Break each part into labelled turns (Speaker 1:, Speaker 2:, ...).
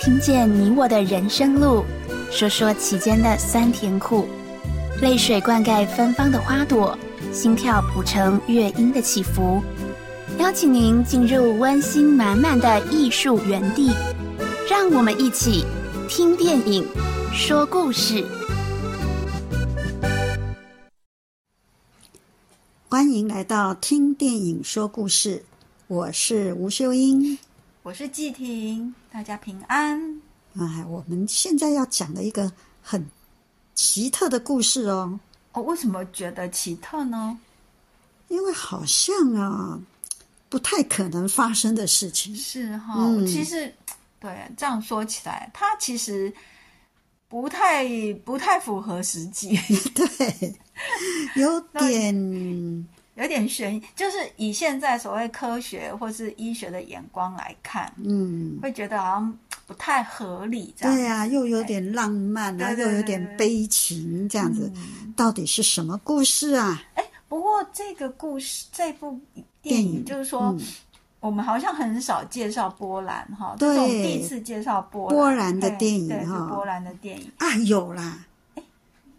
Speaker 1: 听见你我的人生路，说说其间的酸甜苦，泪水灌溉芬芳的花朵，心跳谱成乐音的起伏。邀请您进入温馨满满的艺术园地，让我们一起听电影，说故事。
Speaker 2: 欢迎来到听电影说故事，我是吴秀英。
Speaker 3: 我是季婷，大家平安。
Speaker 2: 哎，我们现在要讲的一个很奇特的故事哦，
Speaker 3: 哦，为什么觉得奇特呢？
Speaker 2: 因为好像啊不太可能发生的事情。
Speaker 3: 是哈、
Speaker 2: 嗯
Speaker 3: 其实对这样说起来，它其实不太不太符合实际，
Speaker 2: 对，有点
Speaker 3: 有点悬疑。就是以现在所谓科学或是医学的眼光来看，
Speaker 2: 嗯，
Speaker 3: 会觉得好像不太合理这样。
Speaker 2: 对啊，又有点浪漫啊，
Speaker 3: 对对
Speaker 2: 又有
Speaker 3: 对
Speaker 2: 点
Speaker 3: 对
Speaker 2: 悲情，这样子，
Speaker 3: 嗯
Speaker 2: 到底是什么故事啊？
Speaker 3: 哎，不过这个故事，这部
Speaker 2: 电
Speaker 3: 电
Speaker 2: 影
Speaker 3: 影就是说。
Speaker 2: 嗯
Speaker 3: 我们好像很少介绍波兰哈，
Speaker 2: 对
Speaker 3: 这是我们第一次介绍波
Speaker 2: 波兰的电影
Speaker 3: 对对
Speaker 2: 哈
Speaker 3: 是波兰的电影。
Speaker 2: 啊，有啦，
Speaker 3: 有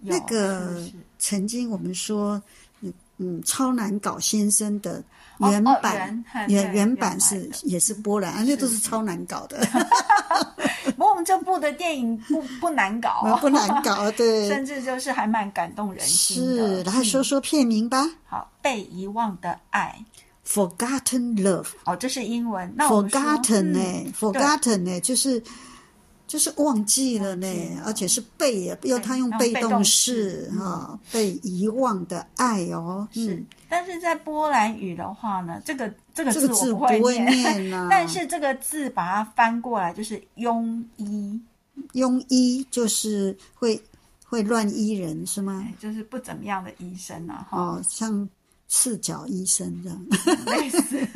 Speaker 2: 那个
Speaker 3: 是不是
Speaker 2: 曾经我们说，嗯嗯，超难搞先生的
Speaker 3: 哦
Speaker 2: 原
Speaker 3: 哦
Speaker 2: 版。
Speaker 3: 原嘿对
Speaker 2: 原原
Speaker 3: 原
Speaker 2: 版
Speaker 3: 版
Speaker 2: 是
Speaker 3: 的
Speaker 2: 也是波兰，啊那都是超难搞的，
Speaker 3: 不过我们这部的电影 不不难搞 哦，
Speaker 2: 不难搞，对
Speaker 3: 甚，至就是还蛮感动人心
Speaker 2: 是。
Speaker 3: 的。嗯
Speaker 2: 来说说片名吧，《
Speaker 3: 好，被遗忘的爱
Speaker 2: Forgotten Love
Speaker 3: 哦，这是英文。》那我们说
Speaker 2: ，Forgotten 呢、
Speaker 3: 嗯
Speaker 2: f o r g o t t e n 呢、就是就是忘记了呢、
Speaker 3: 忘记了
Speaker 2: 而且是被耶，要他用
Speaker 3: 用
Speaker 2: 被
Speaker 3: 被
Speaker 2: 动
Speaker 3: 动
Speaker 2: 式
Speaker 3: 式嗯
Speaker 2: 哈、被遗忘的爱哦，
Speaker 3: 是
Speaker 2: 嗯，，
Speaker 3: 但是在波兰语的话呢，这个这个
Speaker 2: 这个
Speaker 3: 字
Speaker 2: 字
Speaker 3: 我
Speaker 2: 不
Speaker 3: 不
Speaker 2: 会
Speaker 3: 会念，
Speaker 2: 念啊呐、
Speaker 3: 但是这个字把它翻过来就是庸医，
Speaker 2: 庸医就是会会乱医人是吗
Speaker 3: 哎？就是不怎么样的医生啊，哈，
Speaker 2: 哦，像赤脚医生这样。
Speaker 3: 类似。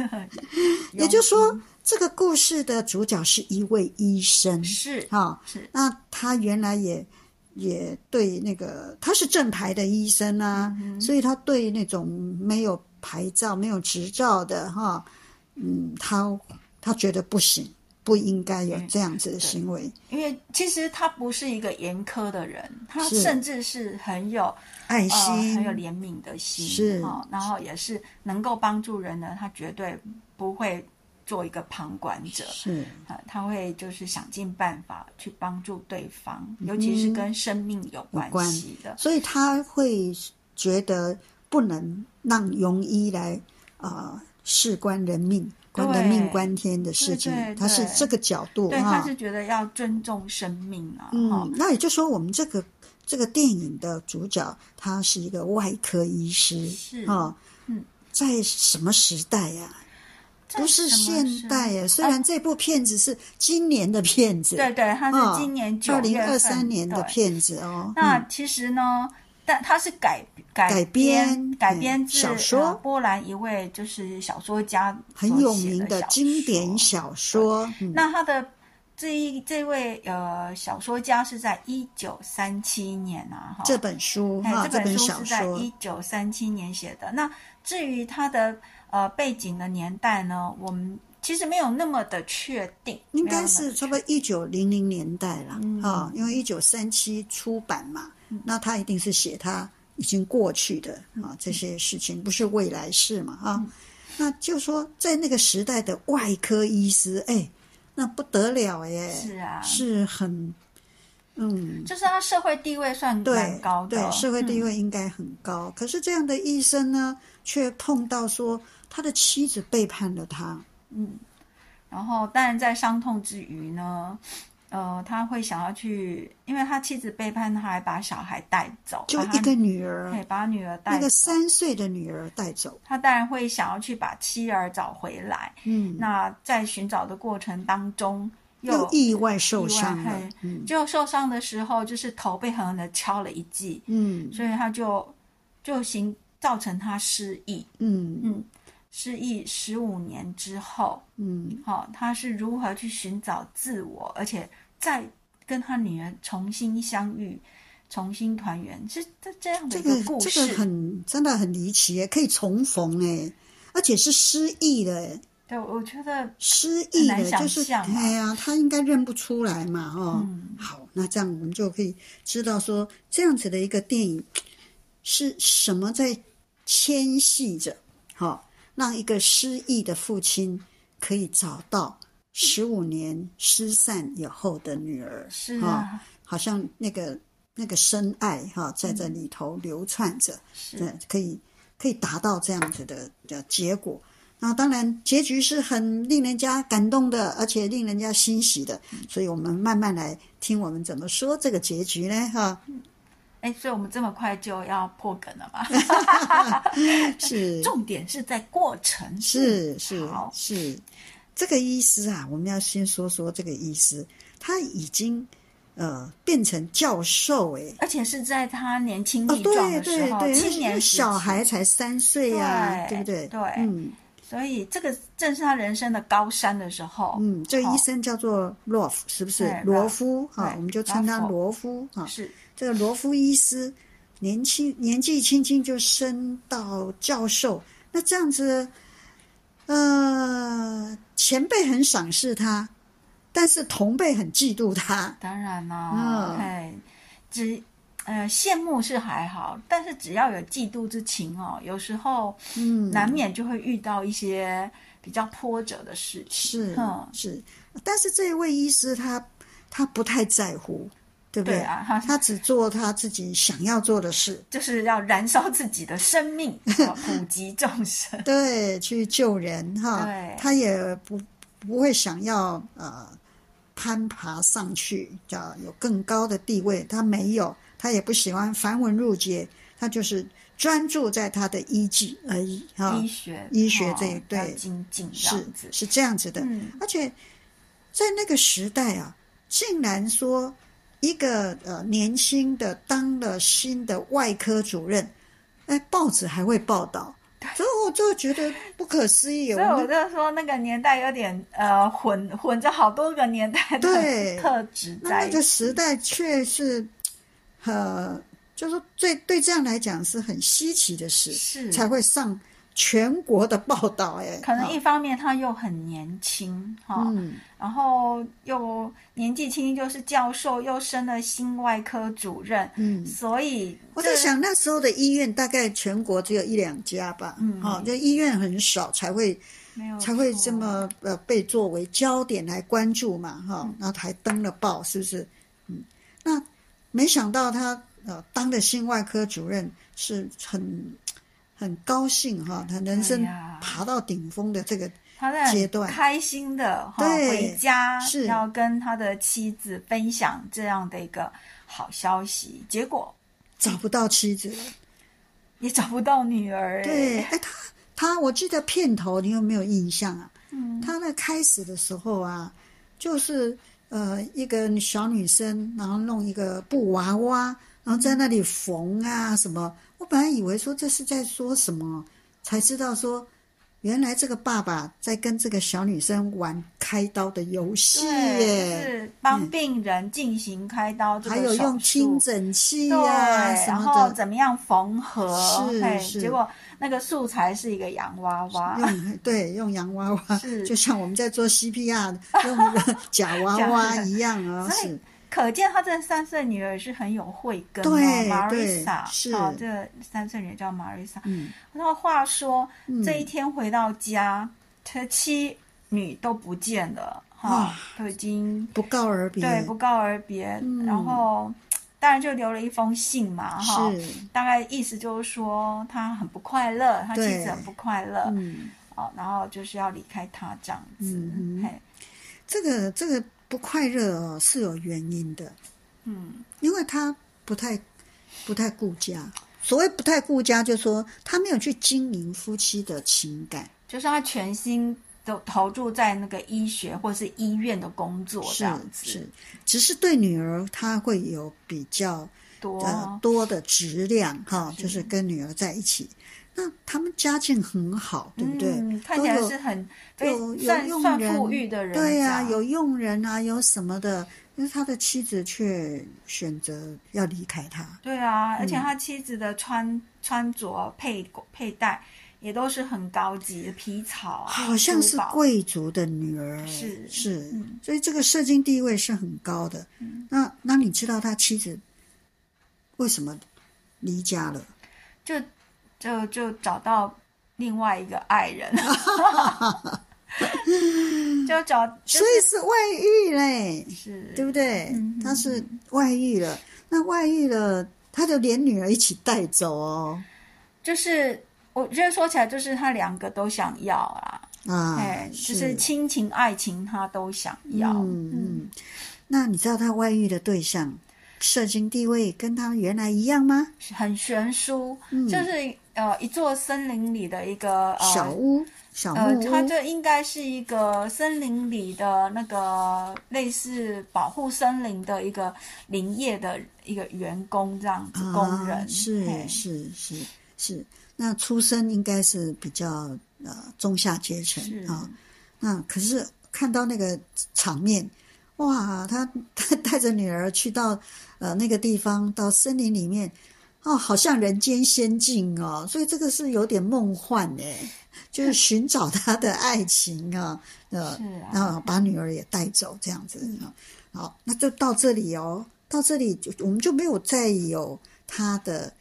Speaker 2: 也就是说，这个故事的主角是一位医生
Speaker 3: 庸医，是
Speaker 2: 哈、
Speaker 3: 是
Speaker 2: 那他原来也也对那个他是正牌的医生啊，
Speaker 3: 嗯
Speaker 2: 所以他对那种没有牌照、没有执照的哈、嗯，他他觉得不行，不应该有这样子的行为，
Speaker 3: 因为其实他不是一个严苛的人，他
Speaker 2: 是
Speaker 3: 甚至是很有
Speaker 2: 爱
Speaker 3: 呃
Speaker 2: 心
Speaker 3: 很有怜悯的心，
Speaker 2: 是
Speaker 3: 哦，然后也是能够帮助人的，他绝对不会做一个旁观者。
Speaker 2: 是
Speaker 3: 啊，他会就是想尽办法去帮助对方，
Speaker 2: 嗯
Speaker 3: 尤其是跟生命有关系的。
Speaker 2: 所以他会觉得不能让庸医来啊、呃事关人命、关
Speaker 3: 对
Speaker 2: 人命关天的事情
Speaker 3: 对对，对
Speaker 2: 他是这个角度
Speaker 3: 对，
Speaker 2: 哈
Speaker 3: 他。是觉得要尊重生命啊，哈、
Speaker 2: 嗯，那也就是说，我们这个这个电影的主角他是一个外科医师，
Speaker 3: 是
Speaker 2: 啊、
Speaker 3: 嗯，
Speaker 2: 在什么时代呀、
Speaker 3: 在
Speaker 2: 不是
Speaker 3: 什么时
Speaker 2: 现代呀、虽然
Speaker 3: 啊
Speaker 2: 这部片子是今年的片子，
Speaker 3: 对对，他
Speaker 2: 哦
Speaker 3: 是今年九
Speaker 2: 二
Speaker 3: 月
Speaker 2: 零
Speaker 3: 份
Speaker 2: 二三年的
Speaker 3: 对
Speaker 2: 片子哦。
Speaker 3: 那
Speaker 2: 嗯
Speaker 3: 其实呢，但它是改改
Speaker 2: 改编
Speaker 3: 编改
Speaker 2: 嗯
Speaker 3: 编自
Speaker 2: 小说
Speaker 3: 呃波兰一位就是小说家
Speaker 2: 很
Speaker 3: 所
Speaker 2: 有
Speaker 3: 写
Speaker 2: 名
Speaker 3: 的
Speaker 2: 的
Speaker 3: 小
Speaker 2: 经典
Speaker 3: 说。
Speaker 2: 小说，嗯
Speaker 3: 那他的这一这位呃小说家是在一九三七年啊，哈，
Speaker 2: 这本书
Speaker 3: 哎
Speaker 2: 哈，
Speaker 3: 这
Speaker 2: 本
Speaker 3: 本
Speaker 2: 小
Speaker 3: 书是在
Speaker 2: 说
Speaker 3: 一九三七年写的。那至于它的呃背景的年代呢，我们其实没有那么的确定，
Speaker 2: 应
Speaker 3: 没有那
Speaker 2: 该
Speaker 3: 么
Speaker 2: 是差不多一九零零年代啦，啊、
Speaker 3: 嗯
Speaker 2: 因为一九三七出版嘛，那他一定是写他已经过去的
Speaker 3: 嗯
Speaker 2: 啊这些事情，不是未来事嘛啊。那就说在那个时代的外科医师，哎，那不得了耶，
Speaker 3: 是啊，
Speaker 2: 是很嗯。
Speaker 3: 就是他社会地位算
Speaker 2: 对
Speaker 3: 蛮高，的，
Speaker 2: 对，社会地
Speaker 3: 嗯
Speaker 2: 位应该很高。可是这样的医生呢，却碰到说他的妻子背叛了他，
Speaker 3: 然后，当然在伤痛之余呢，呃，他会想要去，因为他妻子背叛他，还把小孩带走，
Speaker 2: 就
Speaker 3: 把他
Speaker 2: 一个女儿，
Speaker 3: 对，把女儿带
Speaker 2: 那
Speaker 3: 走。
Speaker 2: 个三岁的女儿带走。
Speaker 3: 他当然会想要去把妻儿找回来。
Speaker 2: 嗯，
Speaker 3: 那在寻找的过程当中，
Speaker 2: 又
Speaker 3: 又
Speaker 2: 意外受伤
Speaker 3: 意外
Speaker 2: 了
Speaker 3: 嘿。
Speaker 2: 嗯
Speaker 3: 就受伤的时候，就是头被狠狠的敲了一记，
Speaker 2: 嗯
Speaker 3: 所以他就就行造成他失忆。
Speaker 2: 嗯
Speaker 3: 嗯，失忆十五年之后，
Speaker 2: 嗯，
Speaker 3: 好、他是如何去寻找自我，而且再跟他女儿重新相遇、重新团圆，是这这样的
Speaker 2: 这
Speaker 3: 一
Speaker 2: 个
Speaker 3: 故事。
Speaker 2: 这个很真的很离奇耶，可以重逢哎，而且是失忆的耶，
Speaker 3: 对，我觉得
Speaker 2: 失忆
Speaker 3: 很
Speaker 2: 的，
Speaker 3: 难
Speaker 2: 就是
Speaker 3: 想象啊
Speaker 2: 哎呀，他应该认不出来嘛，哦，
Speaker 3: 嗯
Speaker 2: 好，那这样我们就可以知道说，这样子的一个电影是什么在牵系着，好、让一个失忆的父亲可以找到十五年失散以后的女儿，
Speaker 3: 是
Speaker 2: 哦
Speaker 3: 啊，
Speaker 2: 好像那个那个深爱哈、在这里头流窜着，对
Speaker 3: 是，
Speaker 2: 可以可以达到这样子的的结果。那当然，结局是很令人家感动的，而且令人家欣喜的。
Speaker 3: 嗯
Speaker 2: 所以，我们慢慢来听我们怎么说这个结局呢？ 哈，
Speaker 3: 哎，所以我们这么快就要破梗 了吗？
Speaker 2: 是
Speaker 3: 重点是在过程，
Speaker 2: 是是
Speaker 3: 好，
Speaker 2: 是，这个医师啊，我们要先说说这个医师，他已经呃变成教授诶、
Speaker 3: 而且是在他年轻
Speaker 2: 哦，
Speaker 3: 力壮
Speaker 2: 对
Speaker 3: 的
Speaker 2: 对
Speaker 3: 时候，
Speaker 2: 对，
Speaker 3: 青
Speaker 2: 因为
Speaker 3: 年时期
Speaker 2: 小孩，才三岁呀、
Speaker 3: 对
Speaker 2: 不对？
Speaker 3: 对
Speaker 2: 嗯
Speaker 3: 所以这个正是他人生的高山的时候。
Speaker 2: 嗯，这个
Speaker 3: 好
Speaker 2: 医生叫做洛夫，是不是
Speaker 3: 对？
Speaker 2: 罗夫啊
Speaker 3: 对，
Speaker 2: 我们就称他
Speaker 3: 罗夫
Speaker 2: 罗夫啊。
Speaker 3: 是
Speaker 2: 这个罗夫医师年轻年纪轻轻就升到教授，那这样子，呃，前辈很赏识他，但是同辈很嫉妒他。
Speaker 3: 当然啦、
Speaker 2: 嗯
Speaker 3: 哎，只呃羡慕是还好，但是只要有嫉妒之情哦，有时候
Speaker 2: 嗯，
Speaker 3: 难免就会遇到一些比较波折的事情。
Speaker 2: 是
Speaker 3: 嗯
Speaker 2: 是，但是这一位医师他他不太在乎，对不
Speaker 3: 对啊，他
Speaker 2: 他只做他自己想要做的事，
Speaker 3: 就是要燃烧自己的 生命，哦普及众生。
Speaker 2: 对，去救人哈
Speaker 3: 对，
Speaker 2: 他也不不会想要呃攀爬上去，叫有更高的地位，他没有，他也不喜欢繁文缛节，他就是专注在他的医技而已哈
Speaker 3: 医，学，
Speaker 2: 嗯医学这一
Speaker 3: 哦
Speaker 2: 对
Speaker 3: 要精进这
Speaker 2: 是
Speaker 3: 样子，
Speaker 2: 是这样子的，
Speaker 3: 嗯
Speaker 2: 而且在那个时代啊，竟然说一个呃年轻的当了新的外科主任，哎，报纸还会报道，所以我就觉得不可思议。
Speaker 3: 所以
Speaker 2: 我
Speaker 3: 我
Speaker 2: 们
Speaker 3: 就说那个年代有点呃混混着好多个年代的
Speaker 2: 对
Speaker 3: 特质
Speaker 2: 那
Speaker 3: 在
Speaker 2: 那
Speaker 3: 一
Speaker 2: 个
Speaker 3: 起，
Speaker 2: 时代却是，呃，就是对对这样来讲是很稀奇的事，
Speaker 3: 是
Speaker 2: 才会上全国的报道。哎，
Speaker 3: 可能
Speaker 2: 啊
Speaker 3: 一方面他又很年轻哈、
Speaker 2: 嗯
Speaker 3: 然后又年纪轻轻就是教授，又升了新外科主任，
Speaker 2: 嗯。
Speaker 3: 所以
Speaker 2: 我在
Speaker 3: 这
Speaker 2: 想，那时候的医院大概全国只有一两家吧，
Speaker 3: 嗯
Speaker 2: 哦，就医院很少，才会
Speaker 3: 没有
Speaker 2: 才会
Speaker 3: 错
Speaker 2: 这么呃被作为焦点来关注嘛，哈、然后还登了报，是不是？嗯，那没想到他呃当的新外科主任是很很高兴哈、他人生
Speaker 3: 对呀
Speaker 2: 爬到顶峰的这个，
Speaker 3: 他在
Speaker 2: 阶段
Speaker 3: 开心的哈
Speaker 2: 对
Speaker 3: 回家，
Speaker 2: 是
Speaker 3: 要跟他的妻子分享这样的一个好消息，结果
Speaker 2: 找不到妻子了，
Speaker 3: 也找不到女儿，
Speaker 2: 对，，哎，他他我记得片头你有没有印象啊？
Speaker 3: 嗯，
Speaker 2: 他那开始的时候啊，就是呃一个小女生，然后弄一个布娃娃，然后在那里缝啊什么。我本来以为说这是在说什么，才知道说原来这个爸爸在跟这个小女生玩开刀的游戏
Speaker 3: 对，就
Speaker 2: 耶，嗯
Speaker 3: 是帮病人进行开刀这个
Speaker 2: 还有用
Speaker 3: 手术
Speaker 2: 听诊器
Speaker 3: 对，
Speaker 2: 呀、什
Speaker 3: 然后
Speaker 2: 么的。
Speaker 3: 怎么样缝合？
Speaker 2: 是
Speaker 3: 嘿
Speaker 2: 是
Speaker 3: 结果那个素材是一个洋娃娃，
Speaker 2: 用对用洋娃娃
Speaker 3: 是，
Speaker 2: 就像我们在做 CPR 用 假娃娃一样啊、
Speaker 3: 所以
Speaker 2: 是。
Speaker 3: 可见她这三岁女儿是很有慧根、哦。
Speaker 2: 对
Speaker 3: Marisa
Speaker 2: 对是
Speaker 3: 好，这三岁女儿叫 Marisa。
Speaker 2: 嗯
Speaker 3: 然后话说，
Speaker 2: 嗯
Speaker 3: 这一天回到家，她妻女都不见了，哈
Speaker 2: 哇，
Speaker 3: 都已经
Speaker 2: 不告而别，
Speaker 3: 对不告而别，
Speaker 2: 嗯
Speaker 3: 然后当然就留了一封信
Speaker 2: 啊
Speaker 3: 嘛，哈。
Speaker 2: 是，
Speaker 3: 大概意思就是说，她很不快乐，她妻
Speaker 2: 对
Speaker 3: 子很不快乐，
Speaker 2: 嗯，
Speaker 3: 哦，然后就是要离开他这样子，
Speaker 2: 嗯哼
Speaker 3: 嘿，
Speaker 2: 这个这个不快乐哦是有原因的，
Speaker 3: 嗯，
Speaker 2: 因为他不太不太顾家。所谓不太顾家，就是说他没有去经营夫妻的情感，
Speaker 3: 就是他全心都投注在那个医学或是医院的工作这
Speaker 2: 是
Speaker 3: 样子，
Speaker 2: 是，只是对女儿他会有比较
Speaker 3: 多、
Speaker 2: 呃多的质量哈，
Speaker 3: 是
Speaker 2: 就是跟女儿在一起。那他们家境很好，对不对？
Speaker 3: 嗯，看
Speaker 2: 都
Speaker 3: 起来
Speaker 2: 有
Speaker 3: 是很非
Speaker 2: 有有
Speaker 3: 算
Speaker 2: 佣
Speaker 3: 算
Speaker 2: 人，
Speaker 3: 富裕的人家，
Speaker 2: 对呀、有佣人啊，有什么的，但是他的妻子却选择要离开他，嗯
Speaker 3: 对啊，而且他妻子的穿、穿着配配戴也都是很高级的皮草啊，
Speaker 2: 好像是
Speaker 3: 珠宝
Speaker 2: 贵族的女儿，
Speaker 3: 是嗯
Speaker 2: 是，所以这个社经地位是很高的。那那你知道他妻子为什么离家了？
Speaker 3: 就就就找到另外一个爱人， 就找就
Speaker 2: 所以是外遇嘞，
Speaker 3: 是
Speaker 2: 对不对
Speaker 3: 嗯哼？
Speaker 2: 他是外遇了，那外遇了，他就连女儿一起带走哦。
Speaker 3: 就是我觉得说起来就是他两个都想要啦，
Speaker 2: 啊
Speaker 3: 哎，，就是亲情爱情他都想要，
Speaker 2: 嗯嗯。那你知道他外遇的对象社经地位跟他原来一样吗？
Speaker 3: 很悬殊，就是呃一座森林里的一个呃
Speaker 2: 嗯小屋、小
Speaker 3: 呃
Speaker 2: 木，屋，
Speaker 3: 它这应该是一个森林里的那个类似保护森林的一个林业的一个员工这样子，工人、
Speaker 2: 啊、是
Speaker 3: 嘿
Speaker 2: 是是是，那出身应该是比较呃中下阶层
Speaker 3: 是
Speaker 2: 啊。那可是看到那个场面，哇，他 他带着女儿去到呃那个地方，到森林里面。哦，好像人间仙境哦，所以这个是有点梦幻哎，就是寻找他的爱情啊，呃，
Speaker 3: 是啊
Speaker 2: 然后把女儿也带走这样子
Speaker 3: 嗯
Speaker 2: 啊。好，那就到这里哦，到这里就我们就没有再有他的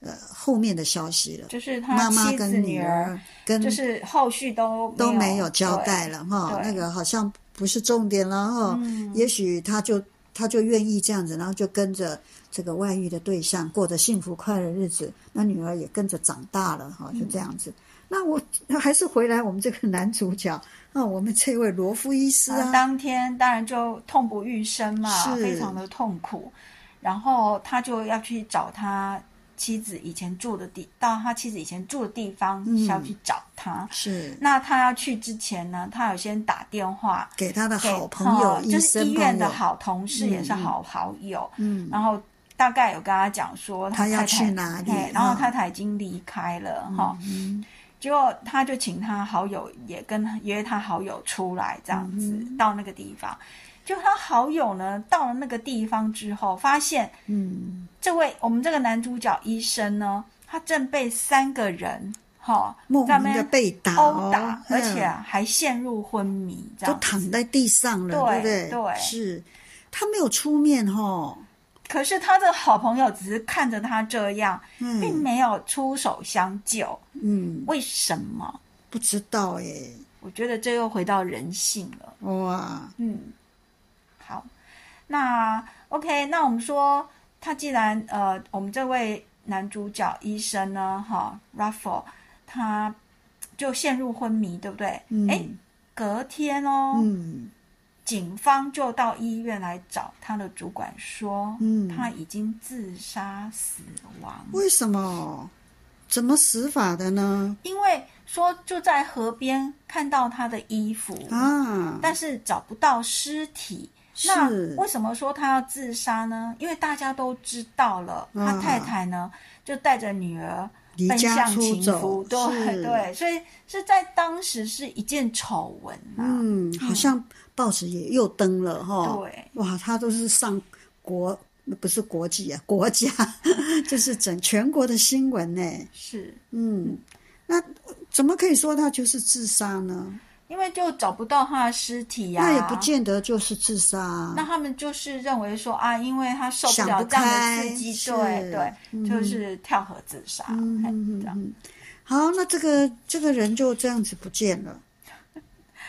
Speaker 2: 呃后面的消息了。
Speaker 3: 就是他
Speaker 2: 妈妈
Speaker 3: 妻子
Speaker 2: 跟女
Speaker 3: 儿，
Speaker 2: 儿跟
Speaker 3: 就是后续都
Speaker 2: 都没有交代
Speaker 3: 了，
Speaker 2: 了哈，
Speaker 3: 对嗯
Speaker 2: 那个好像不是重点了哈。也许他就他就愿意这样子，然后就跟着这个外遇的对象过着幸福快乐日子，那女儿也跟着长大了哈，就这样子。
Speaker 3: 嗯
Speaker 2: 那我还是回来我们这个男主角，那我们这位罗夫医师
Speaker 3: 然后
Speaker 2: 啊，
Speaker 3: 当天当然就痛不欲生嘛，
Speaker 2: 是
Speaker 3: 非常的痛苦，然后他就要去找他妻子以前住的地，到他妻子以前住的地方、
Speaker 2: 嗯
Speaker 3: 是要去找他。
Speaker 2: 是
Speaker 3: 那他要去之前呢，他有先打电话
Speaker 2: 给他的
Speaker 3: 给
Speaker 2: 好朋友、
Speaker 3: 呃
Speaker 2: 哦医
Speaker 3: 就是
Speaker 2: 生
Speaker 3: 医
Speaker 2: 朋
Speaker 3: 院的
Speaker 2: 友，
Speaker 3: 好同事，
Speaker 2: 嗯
Speaker 3: 也是
Speaker 2: 嗯
Speaker 3: 好好友。
Speaker 2: 嗯
Speaker 3: 然后大概有跟他讲说
Speaker 2: 他要
Speaker 3: 太太
Speaker 2: 去哪里
Speaker 3: 嘿然后
Speaker 2: 嗯
Speaker 3: 太太已经离开了哈。结果他就请他好友也跟约他好友出来，这样子、
Speaker 2: 嗯
Speaker 3: 到那个地方。就他好友呢，到了那个地方之后，发现
Speaker 2: 嗯，
Speaker 3: 这位我们这个男主角医生呢，他正被三个人哈
Speaker 2: 莫
Speaker 3: 在那
Speaker 2: 名的
Speaker 3: 边
Speaker 2: 被打、哦，
Speaker 3: 殴打，而且
Speaker 2: 嗯
Speaker 3: 还陷入昏迷，这
Speaker 2: 都
Speaker 3: 样子
Speaker 2: 躺在地上了，
Speaker 3: 对
Speaker 2: 不对？
Speaker 3: 对
Speaker 2: 是他没有出面哈，
Speaker 3: 可是他的好朋友只是看着他这样，并
Speaker 2: 嗯
Speaker 3: 没有出手相救，
Speaker 2: 嗯，
Speaker 3: 为什么？
Speaker 2: 不知道哎，
Speaker 3: 我觉得这又回到人性了。
Speaker 2: 哇，
Speaker 3: 嗯，好，那 OK，那我们说，他既然呃，我们这位男主角医生呢，哈、r a f f l e 他就陷入昏迷，对不对？
Speaker 2: 嗯
Speaker 3: 哎，隔天哦，
Speaker 2: 嗯
Speaker 3: 警方就到医院来找他的主管说，
Speaker 2: 嗯
Speaker 3: 他已经自杀死亡，
Speaker 2: 为什么？怎么死法的呢？
Speaker 3: 因为说就在河边看到他的衣服，
Speaker 2: 啊，
Speaker 3: 但是找不到尸体。那
Speaker 2: 是
Speaker 3: 为什么说他要自杀呢？因为大家都知道了，
Speaker 2: 嗯
Speaker 3: 他太太呢就带着女儿
Speaker 2: 离
Speaker 3: 奔
Speaker 2: 家
Speaker 3: 向
Speaker 2: 出
Speaker 3: 情
Speaker 2: 走
Speaker 3: 夫，，对
Speaker 2: 是，
Speaker 3: 对，所以是在当时是一件丑闻啊。
Speaker 2: 嗯，好像报纸也又登了哈，
Speaker 3: 对，
Speaker 2: 哇，他都是上国。不是国际啊， 国家就是整全国的新闻呢。
Speaker 3: 是
Speaker 2: 嗯，那怎么可以说他就是自杀呢？
Speaker 3: 因为就找不到他的尸体呀、
Speaker 2: 那也不见得就是自杀啊。
Speaker 3: 那他们就是认为说啊，因为他受不
Speaker 2: 想
Speaker 3: 了
Speaker 2: 不
Speaker 3: 这样的
Speaker 2: 开
Speaker 3: 刺激，
Speaker 2: 是
Speaker 3: 对对，
Speaker 2: 嗯
Speaker 3: 就是跳河自杀，
Speaker 2: 嗯
Speaker 3: 嘿
Speaker 2: 嗯嗯
Speaker 3: 这样。
Speaker 2: 嗯，好，那这个这个人就这样子不见了，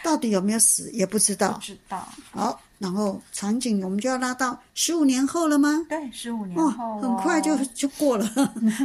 Speaker 2: 到底有没有死也不知
Speaker 3: 不
Speaker 2: 道。
Speaker 3: 知道，
Speaker 2: 好，然后场景我们就要拉到十五年后了吗？
Speaker 3: 对，十五年
Speaker 2: 哇，
Speaker 3: 后、哦，
Speaker 2: 很快就就过 了，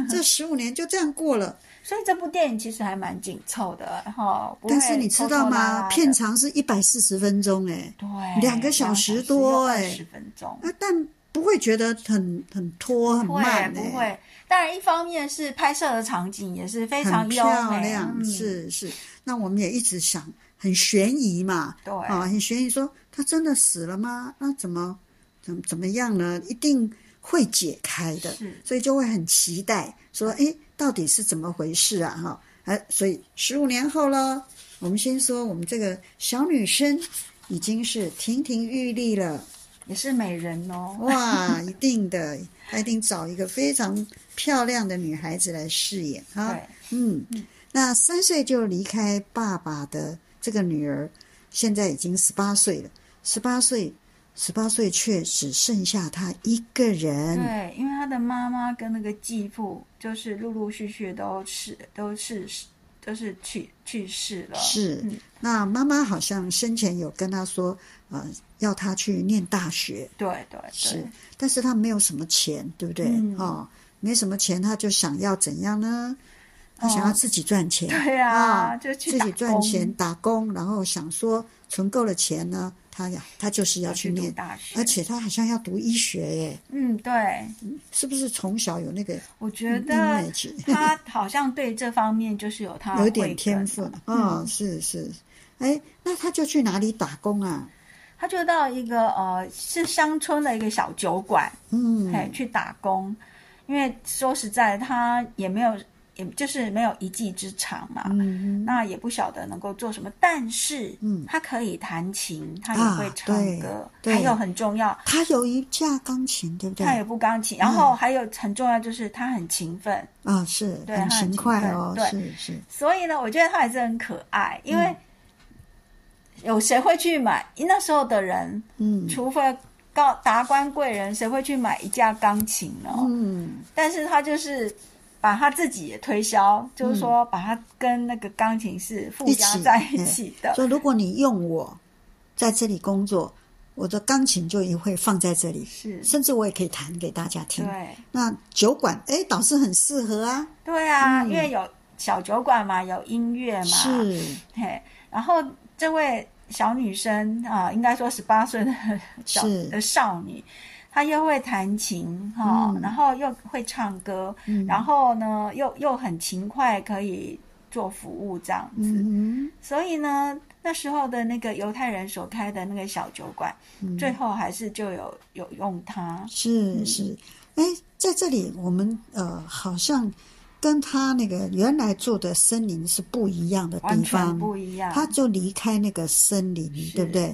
Speaker 2: 这十五年就这样过了。
Speaker 3: 所以这部电影其实还蛮紧凑的，然后不会
Speaker 2: 但是你知道
Speaker 3: 拖拖拉拉
Speaker 2: 吗？
Speaker 3: 的
Speaker 2: 片长是一百四十分钟，哎，
Speaker 3: 对
Speaker 2: 两个小时多哎
Speaker 3: 十分钟，
Speaker 2: 那但不会觉得很很拖很
Speaker 3: 不会
Speaker 2: 慢，
Speaker 3: 不
Speaker 2: 哎，
Speaker 3: 会。当然，一方面是拍摄的场景也是非常
Speaker 2: 很
Speaker 3: 优
Speaker 2: 漂
Speaker 3: 美，
Speaker 2: 亮，
Speaker 3: 嗯，
Speaker 2: 是是。那我们也一直想，很悬疑嘛，
Speaker 3: 对，
Speaker 2: 啊，很悬疑说他真的死了吗？那怎么怎么怎么样呢？一定会解开的
Speaker 3: 是，
Speaker 2: 所以就会很期待说，诶，到底是怎么回事啊？哈，哎，所以十五年后了，我们先说我们这个小女生已经是亭亭玉立了，
Speaker 3: 也是美人哦。
Speaker 2: 哇，一定的，她一定找一个非常漂亮的女孩子来饰演哈
Speaker 3: 对。
Speaker 2: 嗯，那三岁就离开爸爸的这个女儿，现在已经十八岁了。十八岁，十八岁却只剩下她一个人。
Speaker 3: 对，因为他的妈妈跟那个继父，就是陆陆续续都是都是就是去去世了。
Speaker 2: 是
Speaker 3: 嗯，
Speaker 2: 那妈妈好像生前有跟她说，呃，要她去念大学。
Speaker 3: 对对嗯对，
Speaker 2: 是，但是他没有什么钱，对不对？
Speaker 3: 嗯
Speaker 2: 哦，没什么钱，他就想要怎样呢？他想要自己赚钱，
Speaker 3: 哦对啊
Speaker 2: 啊
Speaker 3: 就去
Speaker 2: 自己
Speaker 3: 打
Speaker 2: 赚
Speaker 3: 工
Speaker 2: 钱打工，然后想说存够了钱呢，他呀，他就是要
Speaker 3: 要
Speaker 2: 去
Speaker 3: 去读
Speaker 2: 念，
Speaker 3: 大学，
Speaker 2: 而且他好像要读医学耶，
Speaker 3: 嗯，对，
Speaker 2: 是不是从小有那个
Speaker 3: 我觉得
Speaker 2: image？
Speaker 3: 他好像对这方面就是有他
Speaker 2: 嗯
Speaker 3: 的
Speaker 2: 有一
Speaker 3: 慧
Speaker 2: 点天
Speaker 3: 根
Speaker 2: 分
Speaker 3: 啊
Speaker 2: 啊、哦是是，哎，那他就去哪里打工啊？
Speaker 3: 他就到一个呃是乡村的一个小酒馆，
Speaker 2: 嗯，
Speaker 3: 哎、去打工，因为说实在他也没有，也就是没有一技之长嘛，
Speaker 2: 嗯
Speaker 3: 那也不晓得能够做什么，但是
Speaker 2: 嗯
Speaker 3: 他可以弹琴，他
Speaker 2: 啊
Speaker 3: 也会唱
Speaker 2: 对
Speaker 3: 歌，
Speaker 2: 对
Speaker 3: 还有很重要，
Speaker 2: 他有一架钢琴，对不对？嗯
Speaker 3: 他也不钢琴，然后还有很重要就是他很勤奋，
Speaker 2: 啊、是
Speaker 3: 对
Speaker 2: 很
Speaker 3: 他很
Speaker 2: 勤
Speaker 3: 勤
Speaker 2: 快
Speaker 3: 奋
Speaker 2: 哦，
Speaker 3: 对
Speaker 2: 是是，
Speaker 3: 所以呢，我觉得他还是很可爱，因
Speaker 2: 嗯
Speaker 3: 为有谁会去买？那时候的人，
Speaker 2: 嗯
Speaker 3: 除非高达官贵人，谁会去买一架钢琴呢？
Speaker 2: 嗯。
Speaker 3: 但是他就是把他自己也推销，就是说
Speaker 2: 嗯
Speaker 3: 把他跟那个钢琴是附加在一起的。
Speaker 2: 所以如果你用我在这里工作，我的钢琴就也会放在这里，
Speaker 3: 是
Speaker 2: 甚至我也可以弹给大家听。
Speaker 3: 对
Speaker 2: 那酒馆，哎，倒是很适合啊，
Speaker 3: 对啊，因为有小酒馆嘛，有音乐嘛，
Speaker 2: 是
Speaker 3: 嘿，然后这位小女生啊、应该说十八岁的小
Speaker 2: 是
Speaker 3: 的少女，她又会弹琴哈、
Speaker 2: 嗯
Speaker 3: 然后又会唱歌，
Speaker 2: 嗯
Speaker 3: 然后呢又又很勤快，可以做服务这样子。
Speaker 2: 嗯
Speaker 3: 所以呢，那时候的那个犹太人所开的那个小酒馆，
Speaker 2: 嗯
Speaker 3: 最后还是就有有用它
Speaker 2: 哼，。是
Speaker 3: 嗯
Speaker 2: 是，哎，在这里我们呃好像跟他那个原来住的森林是不一样的
Speaker 3: 完
Speaker 2: 地
Speaker 3: 全
Speaker 2: 方，
Speaker 3: 不一样，
Speaker 2: 他就离开那个森林，对不对？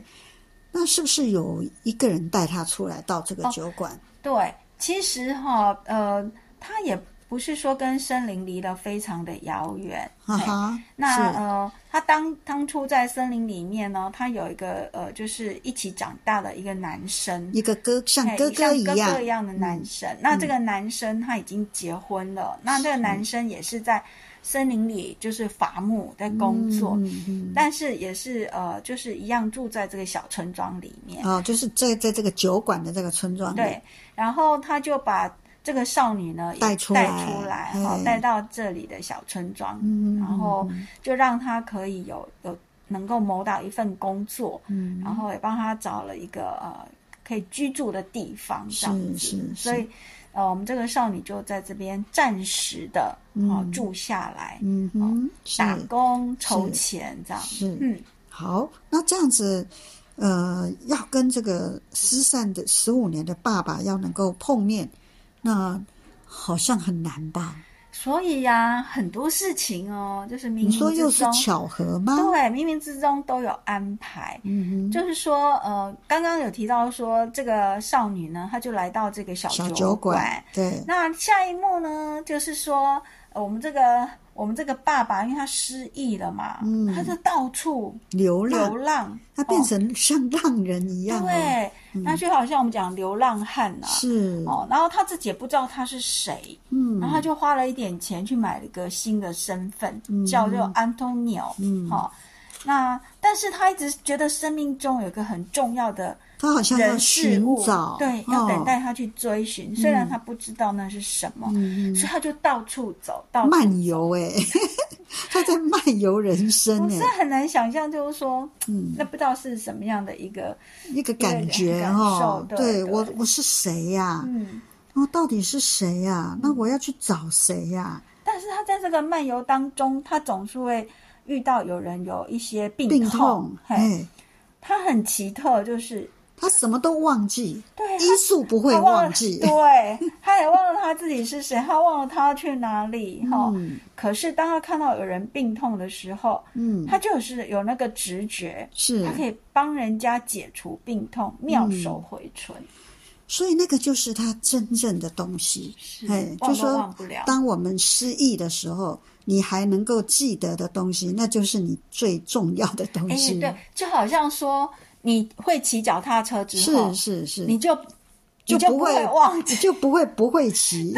Speaker 2: 那是不是有一个人带他出来到这个
Speaker 3: 哦
Speaker 2: 酒馆？
Speaker 3: 对，其实哈、呃，他也不是说跟森林离得非常的遥远。
Speaker 2: 哈
Speaker 3: 哦嘿
Speaker 2: 啊哈，
Speaker 3: 那
Speaker 2: 是
Speaker 3: 呃，他当当初在森林里面呢，他有一个呃，就是一起长大的一个男生，
Speaker 2: 一个哥像
Speaker 3: 嘿
Speaker 2: 哥
Speaker 3: 哎像
Speaker 2: 一样，嗯
Speaker 3: 哥一样的男生。那这个男生他已经结婚了，那这个男生也是在森林里就是伐木在工作，
Speaker 2: 嗯嗯
Speaker 3: 但是也是呃，就是一样住在这个小村庄里面。
Speaker 2: 嗯，哦，就是在在这个酒馆的这个村庄里，
Speaker 3: 对，然后他就把这个少女呢也
Speaker 2: 带出
Speaker 3: 带
Speaker 2: 来
Speaker 3: 出来
Speaker 2: 嘿
Speaker 3: 哈，带到这里的小村庄，
Speaker 2: 嗯
Speaker 3: 然后就让她可以有有能够谋到一份工作，
Speaker 2: 嗯
Speaker 3: 然后也帮她找了一个呃可以居住的地方，这样
Speaker 2: 是
Speaker 3: 子。
Speaker 2: 是是，
Speaker 3: 所以呃，我们这个少女就在这边暂时的哦、住下来，
Speaker 2: 嗯哼，是
Speaker 3: 哦打工筹
Speaker 2: 是
Speaker 3: 钱这样。
Speaker 2: 是
Speaker 3: 嗯，
Speaker 2: 好，那这样子。呃，要跟这个失散的十五年的爸爸要能够碰面，那好像很难吧？
Speaker 3: 所以呀、很多事情哦，就是冥
Speaker 2: 你说
Speaker 3: 冥
Speaker 2: 又
Speaker 3: 之
Speaker 2: 是
Speaker 3: 中，
Speaker 2: 巧合吗？
Speaker 3: 对，啊冥冥之中都有安排。
Speaker 2: 嗯哼，
Speaker 3: 就是说，呃，刚刚有提到说，这个少女呢，她就来到这个小
Speaker 2: 小
Speaker 3: 酒
Speaker 2: 酒馆，对，
Speaker 3: 那下一幕呢，就是说，呃我们这个我们这个爸爸，因为他失忆了嘛，
Speaker 2: 嗯
Speaker 3: 他就到处
Speaker 2: 流
Speaker 3: 流
Speaker 2: 浪，
Speaker 3: 浪，
Speaker 2: 他变成像浪人一样、
Speaker 3: 哦、
Speaker 2: 哦，
Speaker 3: 对，那就好像我们讲流浪汉啊，
Speaker 2: 是，
Speaker 3: 哦，然后他自己也不知道他是谁，
Speaker 2: 嗯，
Speaker 3: 然后他就花了一点钱去买了一个新的身份，
Speaker 2: 嗯
Speaker 3: 叫做安东尼奥，
Speaker 2: 嗯
Speaker 3: 哦，那但是他一直觉得生命中有一个很重要的。
Speaker 2: 他好像要
Speaker 3: 人
Speaker 2: 寻
Speaker 3: 事物，
Speaker 2: 找，
Speaker 3: 对，要
Speaker 2: 哦
Speaker 3: 等待他去追寻。虽然他不知道那是什么，
Speaker 2: 嗯
Speaker 3: 所以他就到处走，到处
Speaker 2: 漫游哎、 他在漫游人生
Speaker 3: 我
Speaker 2: 哎、
Speaker 3: 是啊很难想象，就是说，
Speaker 2: 嗯，
Speaker 3: 那不知道是什么样的一个，
Speaker 2: 一个感觉
Speaker 3: 感受
Speaker 2: 哦，
Speaker 3: 对对
Speaker 2: 我我是谁呀、
Speaker 3: 嗯。
Speaker 2: 我到底是谁呀、那我要去找谁呀、
Speaker 3: 但是他在这个漫游当中，他总是会遇到有人有一些病
Speaker 2: 病痛
Speaker 3: 嘿，
Speaker 2: 哎，
Speaker 3: 他很奇特，就是
Speaker 2: 他什么都忘记，
Speaker 3: 对
Speaker 2: 医术不会
Speaker 3: 哎他忘了
Speaker 2: 忘记，
Speaker 3: 对，他也忘了他自己是谁，他忘了他要去哪里哈、
Speaker 2: 嗯
Speaker 3: 可是当他看到有人病痛的时候，
Speaker 2: 嗯，
Speaker 3: 他就是有那个直觉，
Speaker 2: 是嗯
Speaker 3: 他可以帮人家解除病痛，妙手回春。
Speaker 2: 所以那个就是他真正的东西。
Speaker 3: 是
Speaker 2: 哎，
Speaker 3: 忘
Speaker 2: 就
Speaker 3: 都忘
Speaker 2: 说
Speaker 3: 不了
Speaker 2: 当我们失忆的时候，你还能够记得的东西，那就是你最重要的东
Speaker 3: 哎，
Speaker 2: 西。
Speaker 3: 对，就好像说你会骑脚踏车之后
Speaker 2: 是，是是，
Speaker 3: 你就
Speaker 2: 就
Speaker 3: 你就不
Speaker 2: 会
Speaker 3: 会忘
Speaker 2: 你
Speaker 3: 记，
Speaker 2: 就不会不会骑，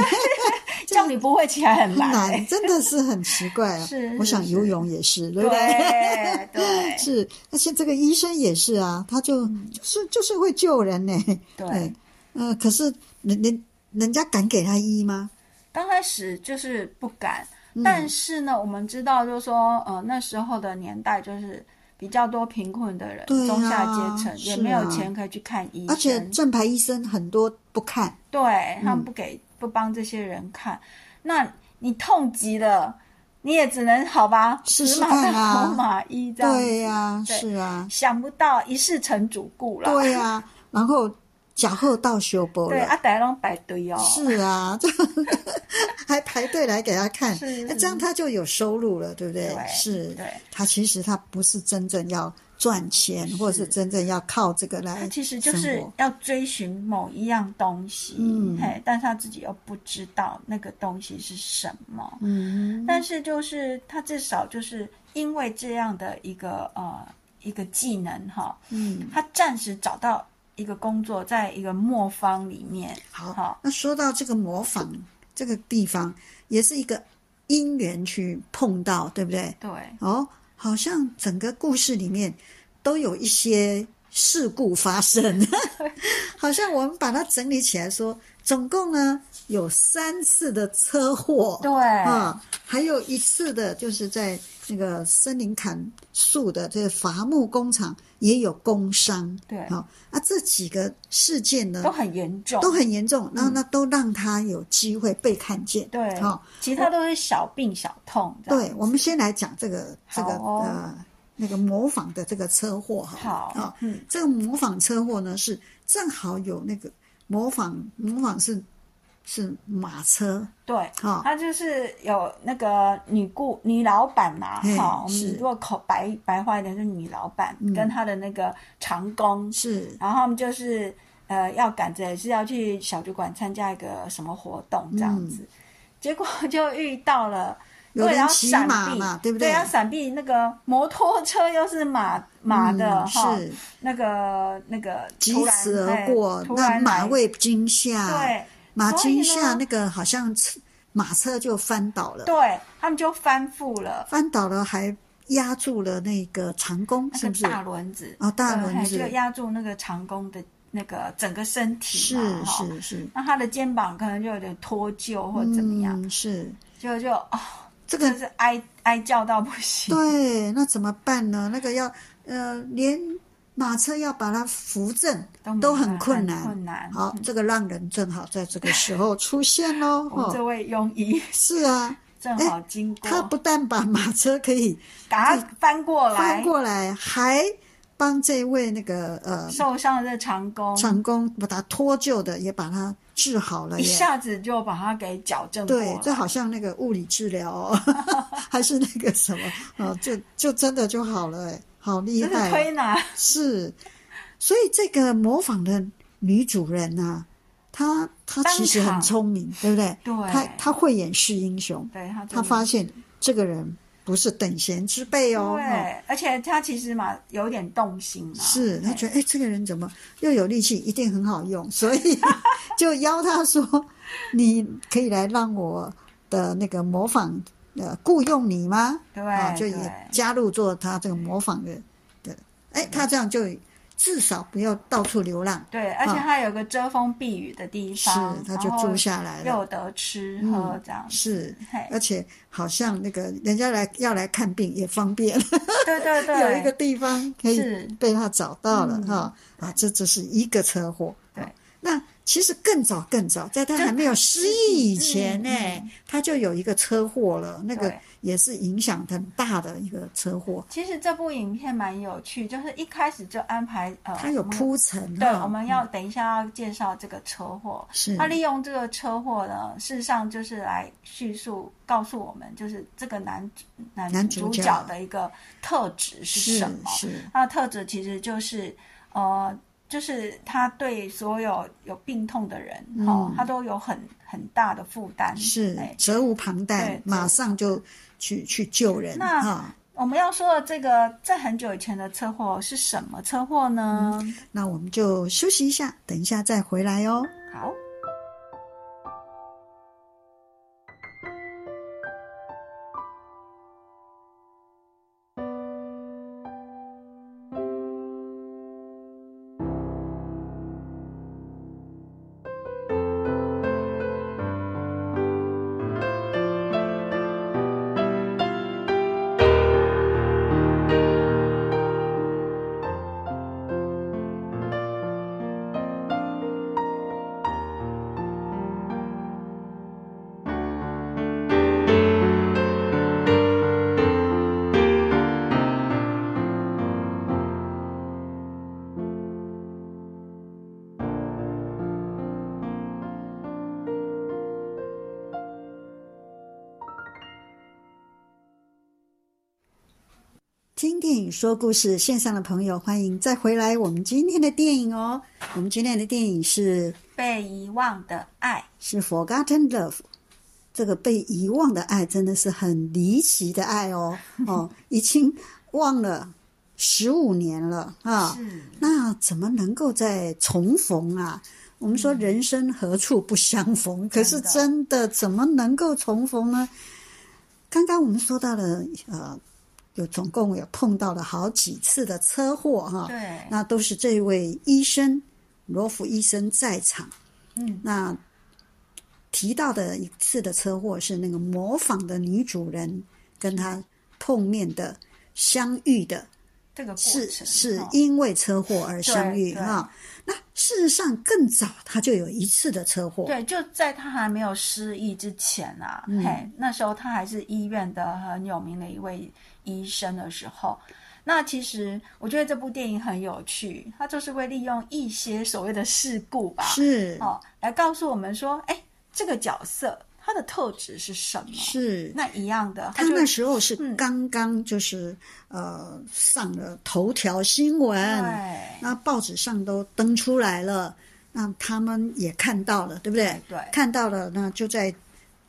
Speaker 3: 叫你不会骑还很难、
Speaker 2: 难
Speaker 3: 哎
Speaker 2: 真的是很奇怪啊。
Speaker 3: 是
Speaker 2: 我
Speaker 3: 是
Speaker 2: 想
Speaker 3: 是
Speaker 2: 游泳也是，对不
Speaker 3: 对对
Speaker 2: 是，而且这个医生也是啊，他就、就是就是会救人呢、
Speaker 3: 嗯对
Speaker 2: 哎呃，可是人人人家敢给他医吗？
Speaker 3: 刚开始就是不敢，
Speaker 2: 嗯
Speaker 3: 但是呢，我们知道就是说，呃，那时候的年代就是比较多贫困的人，
Speaker 2: 对啊
Speaker 3: 中下阶层也
Speaker 2: 是
Speaker 3: 没有
Speaker 2: 啊
Speaker 3: 钱可以去看医生，
Speaker 2: 而且嗯正牌医生很多不看，
Speaker 3: 对他们不给、不帮这些人看，那你痛极了，你也只能好吧，
Speaker 2: 试
Speaker 3: 死
Speaker 2: 试
Speaker 3: 马
Speaker 2: 看
Speaker 3: 当
Speaker 2: 啊
Speaker 3: 活马医这样子，
Speaker 2: 对呀、
Speaker 3: 对
Speaker 2: 是啊，
Speaker 3: 想不到一世成主顾了，
Speaker 2: 对呀、 然后假后到修博
Speaker 3: 对
Speaker 2: 了
Speaker 3: 啊，。大家都排队哦，
Speaker 2: 是啊， 这还排队来给他看，哎
Speaker 3: 是
Speaker 2: 那这样他就有收入了，对不对？
Speaker 3: 对
Speaker 2: 是
Speaker 3: 对，
Speaker 2: 他其实他不是真正要赚钱，或者是真正要靠这个
Speaker 3: 他
Speaker 2: 来，
Speaker 3: 其实就是要追寻某一样东西，
Speaker 2: 嗯
Speaker 3: 嘿，但是他自己又不知道那个东西是什么，
Speaker 2: 嗯
Speaker 3: 但是就是他至少就是因为这样的一个呃一个技能哈，
Speaker 2: 嗯。
Speaker 3: 他暂时找到一个工作，在一个磨坊里面，
Speaker 2: 好，
Speaker 3: 好
Speaker 2: 那说到这个模仿这个地方，也是一个因缘去碰到，对不对？
Speaker 3: 对，
Speaker 2: 哦，好像整个故事里面都有一些事故发生， 好像我们把它整理起来说，总共呢有三次的车祸，
Speaker 3: 对
Speaker 2: 啊，还有一次的就是在那个森林砍树的这个伐木工厂也有工伤，
Speaker 3: 对
Speaker 2: 好、啊，这几个事件呢
Speaker 3: 都很严重，
Speaker 2: 都很严重，嗯然后那都让他有机会被看见。
Speaker 3: 对，
Speaker 2: 好、
Speaker 3: 其他都是小病小痛，这样
Speaker 2: 对，我们先来讲这个这个、
Speaker 3: 好哦
Speaker 2: 呃那个模仿的这个车祸哈。
Speaker 3: 好
Speaker 2: 啊、
Speaker 3: 嗯
Speaker 2: 这个模仿车祸呢是正好有那个模仿模仿是是马车，
Speaker 3: 对，
Speaker 2: 哦
Speaker 3: 他就是有那个女雇女老板嘛，
Speaker 2: 嘿
Speaker 3: 哈，我们
Speaker 2: 是嗯
Speaker 3: 如果口白白话一点，就是女老板、跟她的那个长工，
Speaker 2: 是
Speaker 3: 然后他们就是呃要赶着也是要去小酒馆参加一个什么活动这样子，结果就遇到了。
Speaker 2: 嗯有
Speaker 3: 为了
Speaker 2: 人
Speaker 3: 要
Speaker 2: 骑
Speaker 3: 闪
Speaker 2: 马
Speaker 3: 避
Speaker 2: 嘛对不
Speaker 3: 对？
Speaker 2: 对
Speaker 3: 要闪避那个摩托车，又是马马的
Speaker 2: 嗯
Speaker 3: 哈、
Speaker 2: 是
Speaker 3: 那个那个
Speaker 2: 疾
Speaker 3: 突然
Speaker 2: 驰而
Speaker 3: 哎
Speaker 2: 过，
Speaker 3: 突
Speaker 2: 那
Speaker 3: 然
Speaker 2: 马
Speaker 3: 来
Speaker 2: 未惊吓，
Speaker 3: 对
Speaker 2: 马
Speaker 3: 所以
Speaker 2: 惊
Speaker 3: 呢
Speaker 2: 吓那个好像车马车就翻倒了，
Speaker 3: 对，他们就翻覆了，
Speaker 2: 翻倒了还压住了那个长工，
Speaker 3: 那
Speaker 2: 是
Speaker 3: 个
Speaker 2: 不是？
Speaker 3: 大轮子
Speaker 2: 哦大
Speaker 3: 对
Speaker 2: 轮子
Speaker 3: 就压住那个长弓的那个整个身体
Speaker 2: 是
Speaker 3: 嘛，哈
Speaker 2: 是是，
Speaker 3: 那他的肩膀可能就有点脱臼或怎么样，
Speaker 2: 嗯、是
Speaker 3: 就就哦，
Speaker 2: 这个
Speaker 3: 真是哀哀叫到不 行。
Speaker 2: 对，那怎么办呢？那个要呃，连马车要把它扶正都
Speaker 3: 都没办
Speaker 2: 很
Speaker 3: 法
Speaker 2: 困
Speaker 3: 很
Speaker 2: 难。
Speaker 3: 困难嗯
Speaker 2: 好，这个浪人正好在这个时 候出现喽。
Speaker 3: 我们这
Speaker 2: 哦，
Speaker 3: 位庸医
Speaker 2: 是啊，
Speaker 3: 正好经过，
Speaker 2: 哎他不但把马车可以
Speaker 3: 把他翻过来，
Speaker 2: 翻过来，还帮这位那个呃
Speaker 3: 受伤的这长弓，
Speaker 2: 长工把他脱臼的也把他治好了
Speaker 3: 一
Speaker 2: 耶。
Speaker 3: 下子就把他给矫正过
Speaker 2: 对
Speaker 3: 来，。
Speaker 2: 这好像那个物理治疗、 哦，还是那个什么，哦，就就真的就好了，哎，好厉
Speaker 3: 这
Speaker 2: 害、
Speaker 3: 是
Speaker 2: 哦！
Speaker 3: 推拿，
Speaker 2: 是，所以这个模仿的女主人呢、她她
Speaker 3: 当
Speaker 2: 其实很
Speaker 3: 场
Speaker 2: 聪明，对不对？
Speaker 3: 对
Speaker 2: 她她慧眼识英雄，
Speaker 3: 对他
Speaker 2: 她
Speaker 3: 他
Speaker 2: 发现这个人不是等闲之辈哦，哦
Speaker 3: 对，而且他其实嘛有点动心嘛，
Speaker 2: 是她
Speaker 3: 对
Speaker 2: 觉得哎，这个人怎么又有力气，一定很好用， 所以就邀他说，你可以来让我的那个模仿呃雇佣你吗？
Speaker 3: 对
Speaker 2: 啊，就
Speaker 3: 对
Speaker 2: 也加入做他这个模仿的的，哎，他这样就至少不要到处流浪，
Speaker 3: 对，而且
Speaker 2: 啊
Speaker 3: 它有个遮风避雨的地
Speaker 2: 是
Speaker 3: 方，，
Speaker 2: 他就住下来
Speaker 3: 然
Speaker 2: 了，嗯
Speaker 3: 后又有得吃喝这样子。
Speaker 2: 是呃
Speaker 3: 嘿，
Speaker 2: 而且好像那个人家来要来看病也方便，
Speaker 3: 对对对，
Speaker 2: 有一个地方可以
Speaker 3: 是
Speaker 2: 被他找到了
Speaker 3: 嗯
Speaker 2: 哈、啊，这只是一个车祸。
Speaker 3: 对
Speaker 2: 啊那其实更早更早，在他还没有失忆以前呢、他就有一个车祸了，那个
Speaker 3: 嗯对
Speaker 2: 也是影响很大的一个车祸。
Speaker 3: 其实这部影片蛮有趣，就是一开始就安排呃，
Speaker 2: 他有
Speaker 3: 我们
Speaker 2: 铺陈
Speaker 3: 对，
Speaker 2: 哈，嗯
Speaker 3: 我们要等一下要介绍这个车祸。
Speaker 2: 是
Speaker 3: 他利用这个车祸呢，事实上就是来叙述告诉我们，就是这个男主
Speaker 2: 男
Speaker 3: 男
Speaker 2: 主
Speaker 3: 主
Speaker 2: 角
Speaker 3: 角的一个特质是
Speaker 2: 是
Speaker 3: 什么。嗯
Speaker 2: 是
Speaker 3: 那特质其实就是呃，就是他对所有有病痛的人，哈、哦
Speaker 2: 嗯，
Speaker 3: 他都有很很大的负担。
Speaker 2: 是
Speaker 3: 哎
Speaker 2: 责无旁贷
Speaker 3: 对，
Speaker 2: 马上就去去救人
Speaker 3: 那
Speaker 2: 哈。
Speaker 3: 我们要说的这个在很久以前的车祸是什么车祸呢？
Speaker 2: 那我们就休息一下，等一下再回来哦。
Speaker 3: 好，
Speaker 2: 听电影说故事线上的朋友，欢迎再回来。我们今天的电影哦，我们今天的电影是
Speaker 3: 被遗忘的爱，
Speaker 2: 是 Forgotten Love，这个被遗忘的爱真的是很离奇的爱哦哦，已经忘了十五年了啊。
Speaker 3: 是
Speaker 2: 那怎么能够再重逢啊？我们说人生何处不相逢，可是真的怎么能够重逢呢？刚刚我们说到了，呃，有总共有碰到了好几次的车祸哈、
Speaker 3: 对，
Speaker 2: 那都是这位医生罗福医生在场。
Speaker 3: 嗯，
Speaker 2: 那提到的一次的车祸是那个模仿的女主人跟他碰面的相遇的
Speaker 3: 这个过
Speaker 2: 是
Speaker 3: 程
Speaker 2: 是
Speaker 3: 哦
Speaker 2: 因为车祸而相遇
Speaker 3: 对对
Speaker 2: 哈、那事实上更早他就有一次的车祸，
Speaker 3: 对，就在他还没有失忆之前啊，
Speaker 2: 嗯
Speaker 3: 嘿，那时候他还是医院的很有名的一位医生的时候。那其实我觉得这部电影很有趣，它就是会利用一些所谓的事故吧，
Speaker 2: 是、
Speaker 3: 哦，来告诉我们说，哎，这个角色他的特质是什么？
Speaker 2: 是。
Speaker 3: 那一样的，
Speaker 2: 他
Speaker 3: 就
Speaker 2: 那时候是
Speaker 3: 嗯
Speaker 2: 刚刚就是、呃上了头条新闻，
Speaker 3: 对
Speaker 2: 那报纸上都登出来了，那他们也看到了，对不对？
Speaker 3: 对
Speaker 2: 看到了，那就在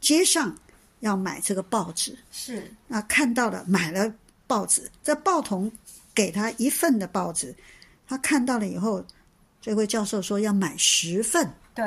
Speaker 2: 街上要买这个报纸，
Speaker 3: 是
Speaker 2: 那看到了买了报纸，这报童给他一份的报纸，他看到了以后，这位教授说要买十份。
Speaker 3: 对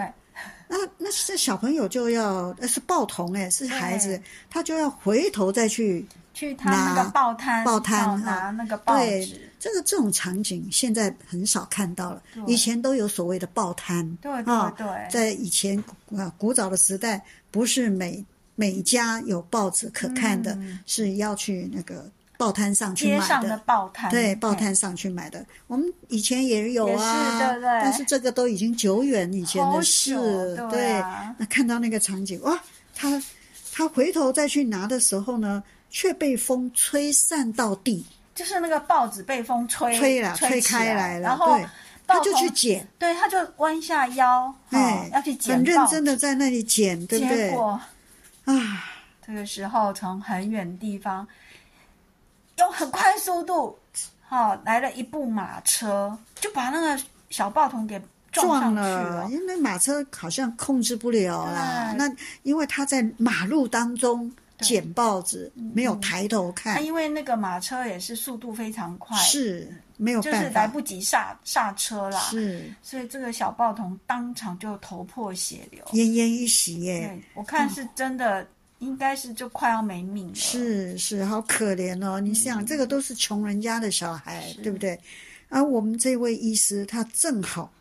Speaker 2: 那那是小朋友就要，那是报童哎、是孩子
Speaker 3: 对，
Speaker 2: 他就要回头再去。
Speaker 3: 去他那
Speaker 2: 拿
Speaker 3: 个报摊
Speaker 2: 报
Speaker 3: 要
Speaker 2: 摊哈
Speaker 3: 拿那个报
Speaker 2: 对
Speaker 3: 纸，，
Speaker 2: 这个这种场景现在很少看到了，
Speaker 3: 对
Speaker 2: 以前都有所谓的报摊。
Speaker 3: 对
Speaker 2: 啊
Speaker 3: 对对
Speaker 2: 在以前啊古早的时代，不是每每家有报纸可看的，
Speaker 3: 嗯
Speaker 2: 是要去那个报摊上去
Speaker 3: 街
Speaker 2: 买
Speaker 3: 上的报摊，
Speaker 2: 对，报
Speaker 3: 嘿
Speaker 2: 摊上去买的，我们以前也有啊，
Speaker 3: 嗯也是对不对
Speaker 2: 但是这个都已经久远以前的事
Speaker 3: 好久，对啊
Speaker 2: 那看到那个场景，哇，他他回头再去拿的时候呢，却被风吹散到地，
Speaker 3: 就是那个报纸被风吹
Speaker 2: 吹了，
Speaker 3: 吹起
Speaker 2: 开来
Speaker 3: 来
Speaker 2: 了，
Speaker 3: 然后
Speaker 2: 对，
Speaker 3: 报
Speaker 2: 他就去
Speaker 3: 童
Speaker 2: 捡，
Speaker 3: 对，他就弯下腰，哦
Speaker 2: 哎，
Speaker 3: 要去捡
Speaker 2: 很认
Speaker 3: 报
Speaker 2: 真的在那里捡，对不对
Speaker 3: 结？果
Speaker 2: 啊，
Speaker 3: 这个时候从很远地方，用很快速度，好、来了一部马车，就把那个小报童给
Speaker 2: 撞
Speaker 3: 上去了。
Speaker 2: 因为马车好像控制不了啦。
Speaker 3: 对
Speaker 2: 那因为他在马路当中
Speaker 3: 对嗯哎
Speaker 2: 捡报纸，没有抬头
Speaker 3: 那、
Speaker 2: 看，
Speaker 3: 因为那个马车也是速度非常快，
Speaker 2: 是没有
Speaker 3: 就是
Speaker 2: 办法，
Speaker 3: 来不及刹刹车啦，
Speaker 2: 是
Speaker 3: 所以这个小报童当场就头破血流。
Speaker 2: 奄奄一息耶。
Speaker 3: 对，我看是真的，应该是就快要没命了。
Speaker 2: 是是，好可怜哦！你
Speaker 3: 嗯
Speaker 2: 想，这个都是穷人家的小孩，对不对？而我们这位医师，他正好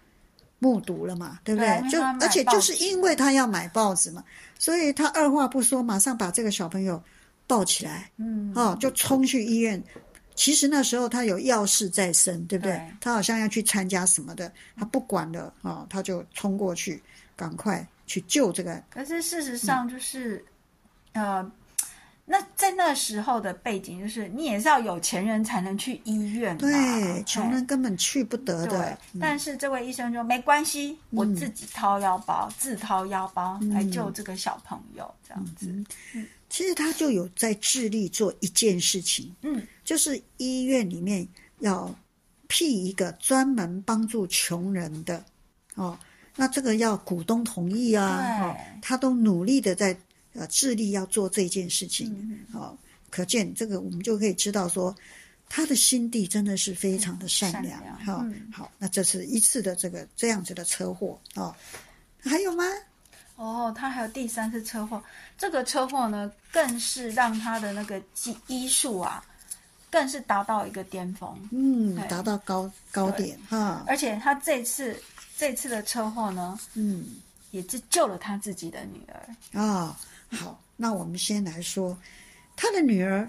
Speaker 2: 目睹了嘛，对不
Speaker 3: 对因
Speaker 2: 对？
Speaker 3: 为
Speaker 2: 就
Speaker 3: 他买
Speaker 2: 而且
Speaker 3: 报
Speaker 2: 就是
Speaker 3: 纸
Speaker 2: 因为他要买报纸嘛，所以他二话不说，马上把这个小朋友抱起来，
Speaker 3: 嗯，
Speaker 2: 哦，就冲去医院。其实那时候他有要事在身，对不对？
Speaker 3: 对
Speaker 2: 他好像要去参加什么的，他不管了哦，他就冲过去，赶快去救这个。
Speaker 3: 可是事实上就是，呃，那在那时候的背景就是，你也是要有钱人才能去医院嘛，
Speaker 2: 对，
Speaker 3: 嘿
Speaker 2: 穷人根本去不得
Speaker 3: 哎对
Speaker 2: 的。。嗯
Speaker 3: 但是这位医生说没关系，我自己掏腰包，自掏腰包
Speaker 2: 嗯
Speaker 3: 来救这个小朋友，这样子。
Speaker 2: 其实他就有在致力做一件事情，
Speaker 3: 嗯，
Speaker 2: 就是医院里面要辟一个专门帮助穷人的哦，那这个要股东同意啊，
Speaker 3: 对
Speaker 2: 哦，他都努力的在呃致力要做这件事情，
Speaker 3: 嗯
Speaker 2: 哦，可见这个我们就可以知道说。他的心地真的是非常的善良，
Speaker 3: 善
Speaker 2: 好、
Speaker 3: 良嗯
Speaker 2: 好，那这是一次的这个这样子的车祸哦，还有吗？
Speaker 3: 哦，他还有第三次车祸，这个车祸呢，更是让他的那个技医术啊，更是达到一个巅峰。
Speaker 2: 嗯
Speaker 3: 对，
Speaker 2: 达到高高
Speaker 3: 对
Speaker 2: 点哈，
Speaker 3: 而且他这次这次的车祸呢，
Speaker 2: 嗯。
Speaker 3: 也是救了他自己的女儿。
Speaker 2: 啊、好，那我们先来说，他的女儿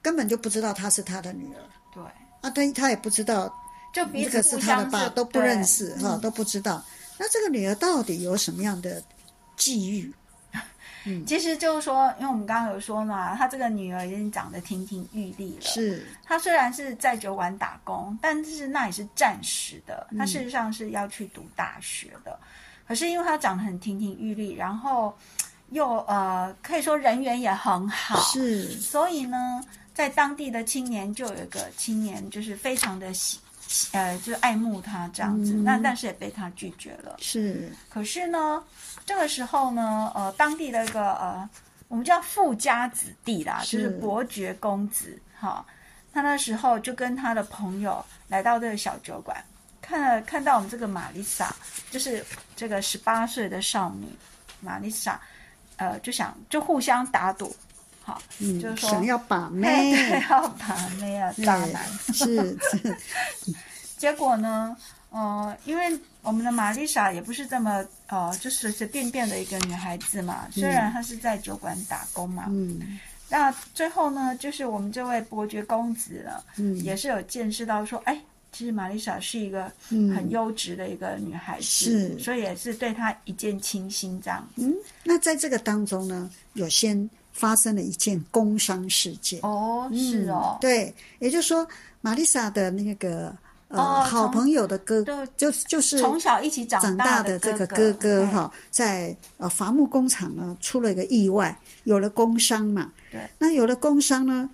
Speaker 2: 根本就不知道她是他的女儿
Speaker 3: 对，
Speaker 2: 啊，他他也不知道
Speaker 3: 就彼
Speaker 2: 这
Speaker 3: 此
Speaker 2: 个是
Speaker 3: 互
Speaker 2: 他
Speaker 3: 相
Speaker 2: 的爸，
Speaker 3: 是
Speaker 2: 都不
Speaker 3: 对嗯
Speaker 2: 认识哈、都不知道。那这个女儿到底有什么样的际遇？
Speaker 3: 嗯其实就是说，因为我们刚刚有说嘛，他这个女儿已经长得亭亭玉立了。
Speaker 2: 是
Speaker 3: 她虽然是在酒馆打工，但是那也是暂时的。
Speaker 2: 嗯
Speaker 3: 她事实上是要去读大学的，可是因为她长得很亭亭玉立，然后又呃，可以说人缘也很好，
Speaker 2: 是，
Speaker 3: 所以呢，在当地的青年就有一个青年就是非常的喜。喜呃，就是爱慕她这样子，
Speaker 2: 嗯
Speaker 3: 那但是也被她拒绝了。
Speaker 2: 是
Speaker 3: 可是呢，这个时候呢，呃，当地的一个呃，我们叫富家子弟啦，就是
Speaker 2: 是
Speaker 3: 伯爵公子哈、他那时候就跟他的朋友来到这个小酒馆，看了看到我们这个玛丽莎，就是这个十八岁的少女玛丽莎，呃，就想就互相打赌，好、
Speaker 2: 嗯，
Speaker 3: 就是说
Speaker 2: 想要把 妹，
Speaker 3: 对，要把妹啊，
Speaker 2: 对
Speaker 3: 渣男。
Speaker 2: 是是
Speaker 3: 结果呢，呃，因为我们的玛丽莎也不是这么呃，就随随便便的一个女孩子嘛，虽然她是在酒馆打工嘛，
Speaker 2: 嗯
Speaker 3: 那最后呢，就是我们这位伯爵公子呢，
Speaker 2: 嗯
Speaker 3: 也是有见识到说，哎，其实玛丽莎是一个很
Speaker 2: 嗯。
Speaker 3: 优质的一个女孩子，
Speaker 2: 是嗯
Speaker 3: 所以也是对她一见倾心这样。
Speaker 2: 那在这个当中呢，有先发生了一件工伤事件。
Speaker 3: 哦，
Speaker 2: 嗯
Speaker 3: 是哦，
Speaker 2: 对，也就是说，玛丽莎的那个呃、
Speaker 3: 哦
Speaker 2: 好
Speaker 3: 从
Speaker 2: 朋友的哥，
Speaker 3: 对
Speaker 2: 就是就是
Speaker 3: 从小一起长
Speaker 2: 长大的
Speaker 3: 的
Speaker 2: 这个
Speaker 3: 哥
Speaker 2: 哥哥，哈，在呃伐木工厂呢出了一个意外，有了工伤嘛。
Speaker 3: 对
Speaker 2: 那有了工伤呢，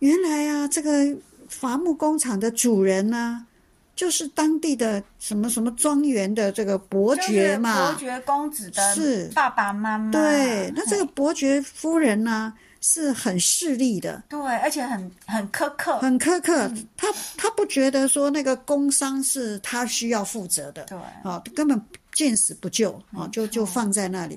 Speaker 2: 原来啊，这个伐木工厂的主人呢、就是当地的什么什么庄园的这个伯
Speaker 3: 就是
Speaker 2: 爵嘛，
Speaker 3: 伯爵公子
Speaker 2: 是
Speaker 3: 的爸爸妈妈，
Speaker 2: 对，那这
Speaker 3: 嘿
Speaker 2: 个伯爵夫人呢、是很势利的，
Speaker 3: 对，而且很很苛刻，
Speaker 2: 很苛刻，他他不觉得说那个工伤是他需要负责的，
Speaker 3: 对哦
Speaker 2: 啊，根本见死不救啊，就就放在那里。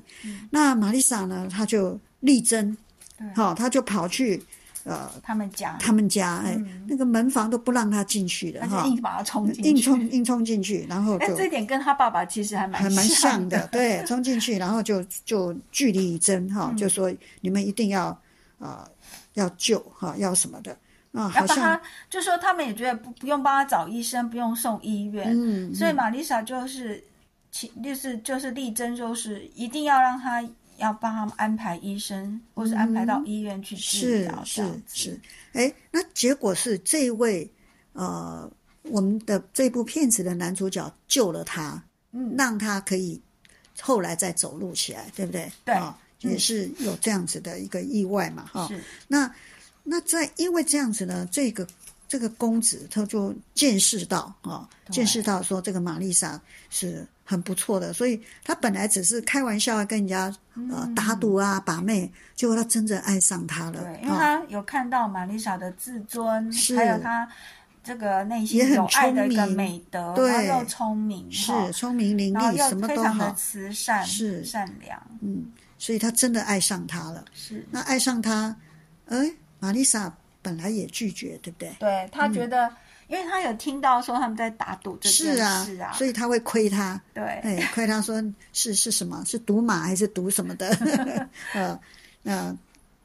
Speaker 2: 那玛丽莎呢，她就力争
Speaker 3: 嗯对，
Speaker 2: 好、她就跑去呃
Speaker 3: 他们讲，
Speaker 2: 他们家，哎、那个门房都不让她进去的
Speaker 3: 但
Speaker 2: 哈嗯
Speaker 3: 是，嗯硬把他冲进去，
Speaker 2: 硬冲硬冲进去，然后
Speaker 3: 哎，
Speaker 2: 就
Speaker 3: 这点跟他爸爸其实还蛮
Speaker 2: 还蛮像
Speaker 3: 的
Speaker 2: 的，，对，冲进去，然后就就据理力争哈，
Speaker 3: 嗯
Speaker 2: 就说你们一定要呃要救哈、要什么的啊，
Speaker 3: 然
Speaker 2: 好
Speaker 3: 后
Speaker 2: 像
Speaker 3: 他就说他们也觉得不不用帮他找医生，不用送医院，
Speaker 2: 嗯
Speaker 3: 所以玛丽莎就是其就是就是力争，就是一定要让他要帮他们安排医生，或是安排到医院去治
Speaker 2: 是
Speaker 3: 疗，这
Speaker 2: 嗯是
Speaker 3: 样子
Speaker 2: 是，哎，那结果是这位呃，我们的这部片子的男主角救了他，
Speaker 3: 嗯
Speaker 2: 让他可以后来再走路起来，对不对？
Speaker 3: 对
Speaker 2: 啊也
Speaker 3: 嗯
Speaker 2: 是有这样子的一个意外嘛，哈、
Speaker 3: 是
Speaker 2: 那那在因为这样子呢，这个这个公子他就见识到啊、哦见识到说这个玛丽莎是很不错的，所以他本来只是开玩笑啊跟人家呃打赌啊把妹，结果他真正爱上她了
Speaker 3: 嗯对，因为
Speaker 2: 啊、
Speaker 3: 他有看到玛丽莎的自尊，
Speaker 2: 是
Speaker 3: 还有他这个内
Speaker 2: 也
Speaker 3: 心
Speaker 2: 很
Speaker 3: 有爱的一个
Speaker 2: 聪明
Speaker 3: 美德，
Speaker 2: 对
Speaker 3: 然后又聪明，哈
Speaker 2: 是聪明伶
Speaker 3: 然后
Speaker 2: 俐，什
Speaker 3: 又
Speaker 2: 么
Speaker 3: 非
Speaker 2: 都
Speaker 3: 常的
Speaker 2: 好，
Speaker 3: 慈善，
Speaker 2: 是
Speaker 3: 善良，
Speaker 2: 嗯，所以他真的爱上他了。
Speaker 3: 是
Speaker 2: 那爱上他，哎，玛丽莎本来也拒绝，对不对？
Speaker 3: 对他觉得，因为他有听到说他们在打赌这件
Speaker 2: 是
Speaker 3: 事
Speaker 2: 啊，所以他会亏他，
Speaker 3: 对，
Speaker 2: 哎，亏他说是是什么？是赌马还是赌什么的？ 呃，那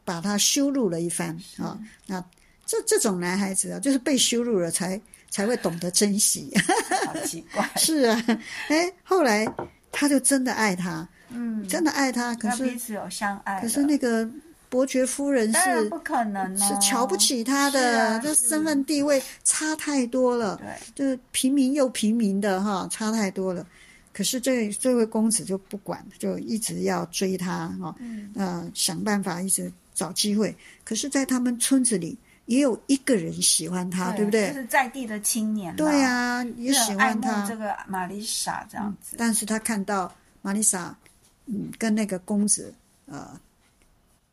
Speaker 2: 把他羞辱了一番啊、那这这种男孩子啊，就是被羞辱了才才会懂得珍惜。
Speaker 3: 好奇怪，
Speaker 2: 是啊，哎，后来他就真的爱他，
Speaker 3: 嗯，
Speaker 2: 真的爱他。可
Speaker 3: 那彼
Speaker 2: 是
Speaker 3: 此有相爱了，
Speaker 2: 可是那个伯爵夫人
Speaker 3: 当然不
Speaker 2: 是
Speaker 3: 可能哦呢，
Speaker 2: 是瞧不，起他
Speaker 3: 是
Speaker 2: 的，
Speaker 3: 啊
Speaker 2: 这
Speaker 3: 是
Speaker 2: 身份地位差太多了。
Speaker 3: 对，
Speaker 2: 就是平民又平民的哈，差太多了。可是这这位公子就不管，就一直要追他哈，
Speaker 3: 嗯
Speaker 2: 呃，想办法一直找机会。可是，在他们村子里也有一个人喜欢他，啊对不
Speaker 3: 就
Speaker 2: 对？
Speaker 3: 是在地的青年啦，
Speaker 2: 对啊，也喜
Speaker 3: 热爱
Speaker 2: 欢
Speaker 3: 慕
Speaker 2: 他嗯
Speaker 3: 这，个玛丽莎这样子，
Speaker 2: 但是他看到玛丽莎，嗯，跟那个公子，呃，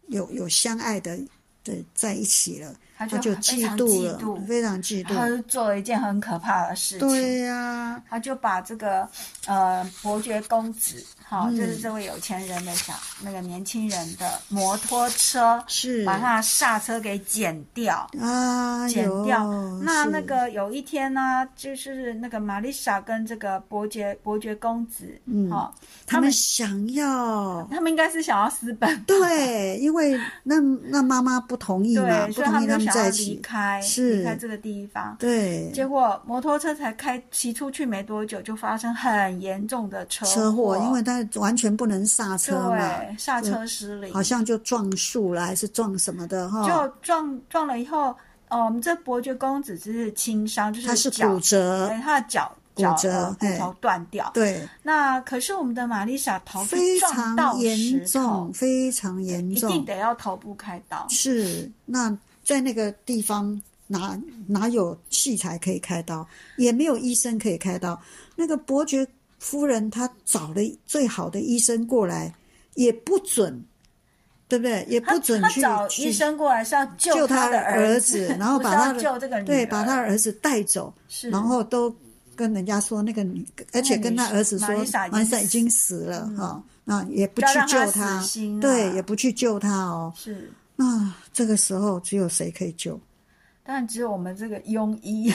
Speaker 2: 有有相爱的的在一起了，
Speaker 3: 他
Speaker 2: 他
Speaker 3: 就非
Speaker 2: 嫉
Speaker 3: 常
Speaker 2: 妒
Speaker 3: 嫉
Speaker 2: 了，非常嫉
Speaker 3: 然后他
Speaker 2: 妒。
Speaker 3: 就做了一件很可怕的事情，
Speaker 2: 对呀，
Speaker 3: 他就把这个呃伯爵公子，哈、
Speaker 2: 嗯
Speaker 3: 就是这位有钱人的小那个年轻人的摩托车，
Speaker 2: 是
Speaker 3: 把他的刹车给剪掉。
Speaker 2: 啊，
Speaker 3: 剪
Speaker 2: 有
Speaker 3: 掉。那
Speaker 2: 是
Speaker 3: 那个有一天呢，就是那个玛丽莎跟这个伯爵伯爵公子，
Speaker 2: 嗯
Speaker 3: 哦，
Speaker 2: 他
Speaker 3: 他们
Speaker 2: 们想 要。
Speaker 3: 他们应该是想要私奔，
Speaker 2: 对，因为那那妈妈不同意嘛，
Speaker 3: 对，
Speaker 2: 不
Speaker 3: 所以他
Speaker 2: 同意
Speaker 3: 们
Speaker 2: 们
Speaker 3: 就想
Speaker 2: 在
Speaker 3: 要
Speaker 2: 一
Speaker 3: 离
Speaker 2: 起。
Speaker 3: 开，
Speaker 2: 是
Speaker 3: 离开这个地方。
Speaker 2: 对，
Speaker 3: 结果摩托车才开骑出去没多久，就发生很严重的车
Speaker 2: 车
Speaker 3: 祸，
Speaker 2: 祸，因为他完全不能刹车嘛，
Speaker 3: 对刹车失灵，
Speaker 2: 好像就撞树了，还是撞什么的哈。
Speaker 3: 就撞撞了以后，呃，我们这伯爵公子只是轻伤，就
Speaker 2: 他是
Speaker 3: 脚，
Speaker 2: 骨折，
Speaker 3: 对他的脚
Speaker 2: 骨
Speaker 3: 脚
Speaker 2: 折
Speaker 3: 呃骨
Speaker 2: 嘿
Speaker 3: 头断掉。
Speaker 2: 对，
Speaker 3: 那可是我们的玛丽莎头
Speaker 2: 非
Speaker 3: 是撞到
Speaker 2: 常严
Speaker 3: 石头
Speaker 2: 重，，非常严
Speaker 3: 一定
Speaker 2: 重。
Speaker 3: 得要头部开刀。
Speaker 2: 是，那在那个地方哪哪有器材可以开刀，也没有医生可以开刀。那个伯爵夫人她找了最好的医生过来，也不准，对不对？也
Speaker 3: 他
Speaker 2: 不准
Speaker 3: 他
Speaker 2: 去
Speaker 3: 找
Speaker 2: 去
Speaker 3: 医生过来是要
Speaker 2: 救
Speaker 3: 他
Speaker 2: 的
Speaker 3: 儿
Speaker 2: 子，然后
Speaker 3: 不是
Speaker 2: 把
Speaker 3: 要
Speaker 2: 他的
Speaker 3: 救这个女
Speaker 2: 对，
Speaker 3: 儿
Speaker 2: 把他儿子带走，
Speaker 3: 是
Speaker 2: 然后都跟人家说那个女，而且跟他儿子说，
Speaker 3: 玛丽莎已经
Speaker 2: 玛丽莎已经死了哈，那、也不
Speaker 3: 不要
Speaker 2: 去
Speaker 3: 让
Speaker 2: 救
Speaker 3: 她死心啊
Speaker 2: 对，也不去救他哦。
Speaker 3: 是，
Speaker 2: 那这个时候只有谁可以救？
Speaker 3: 当然只有我们这个庸 医。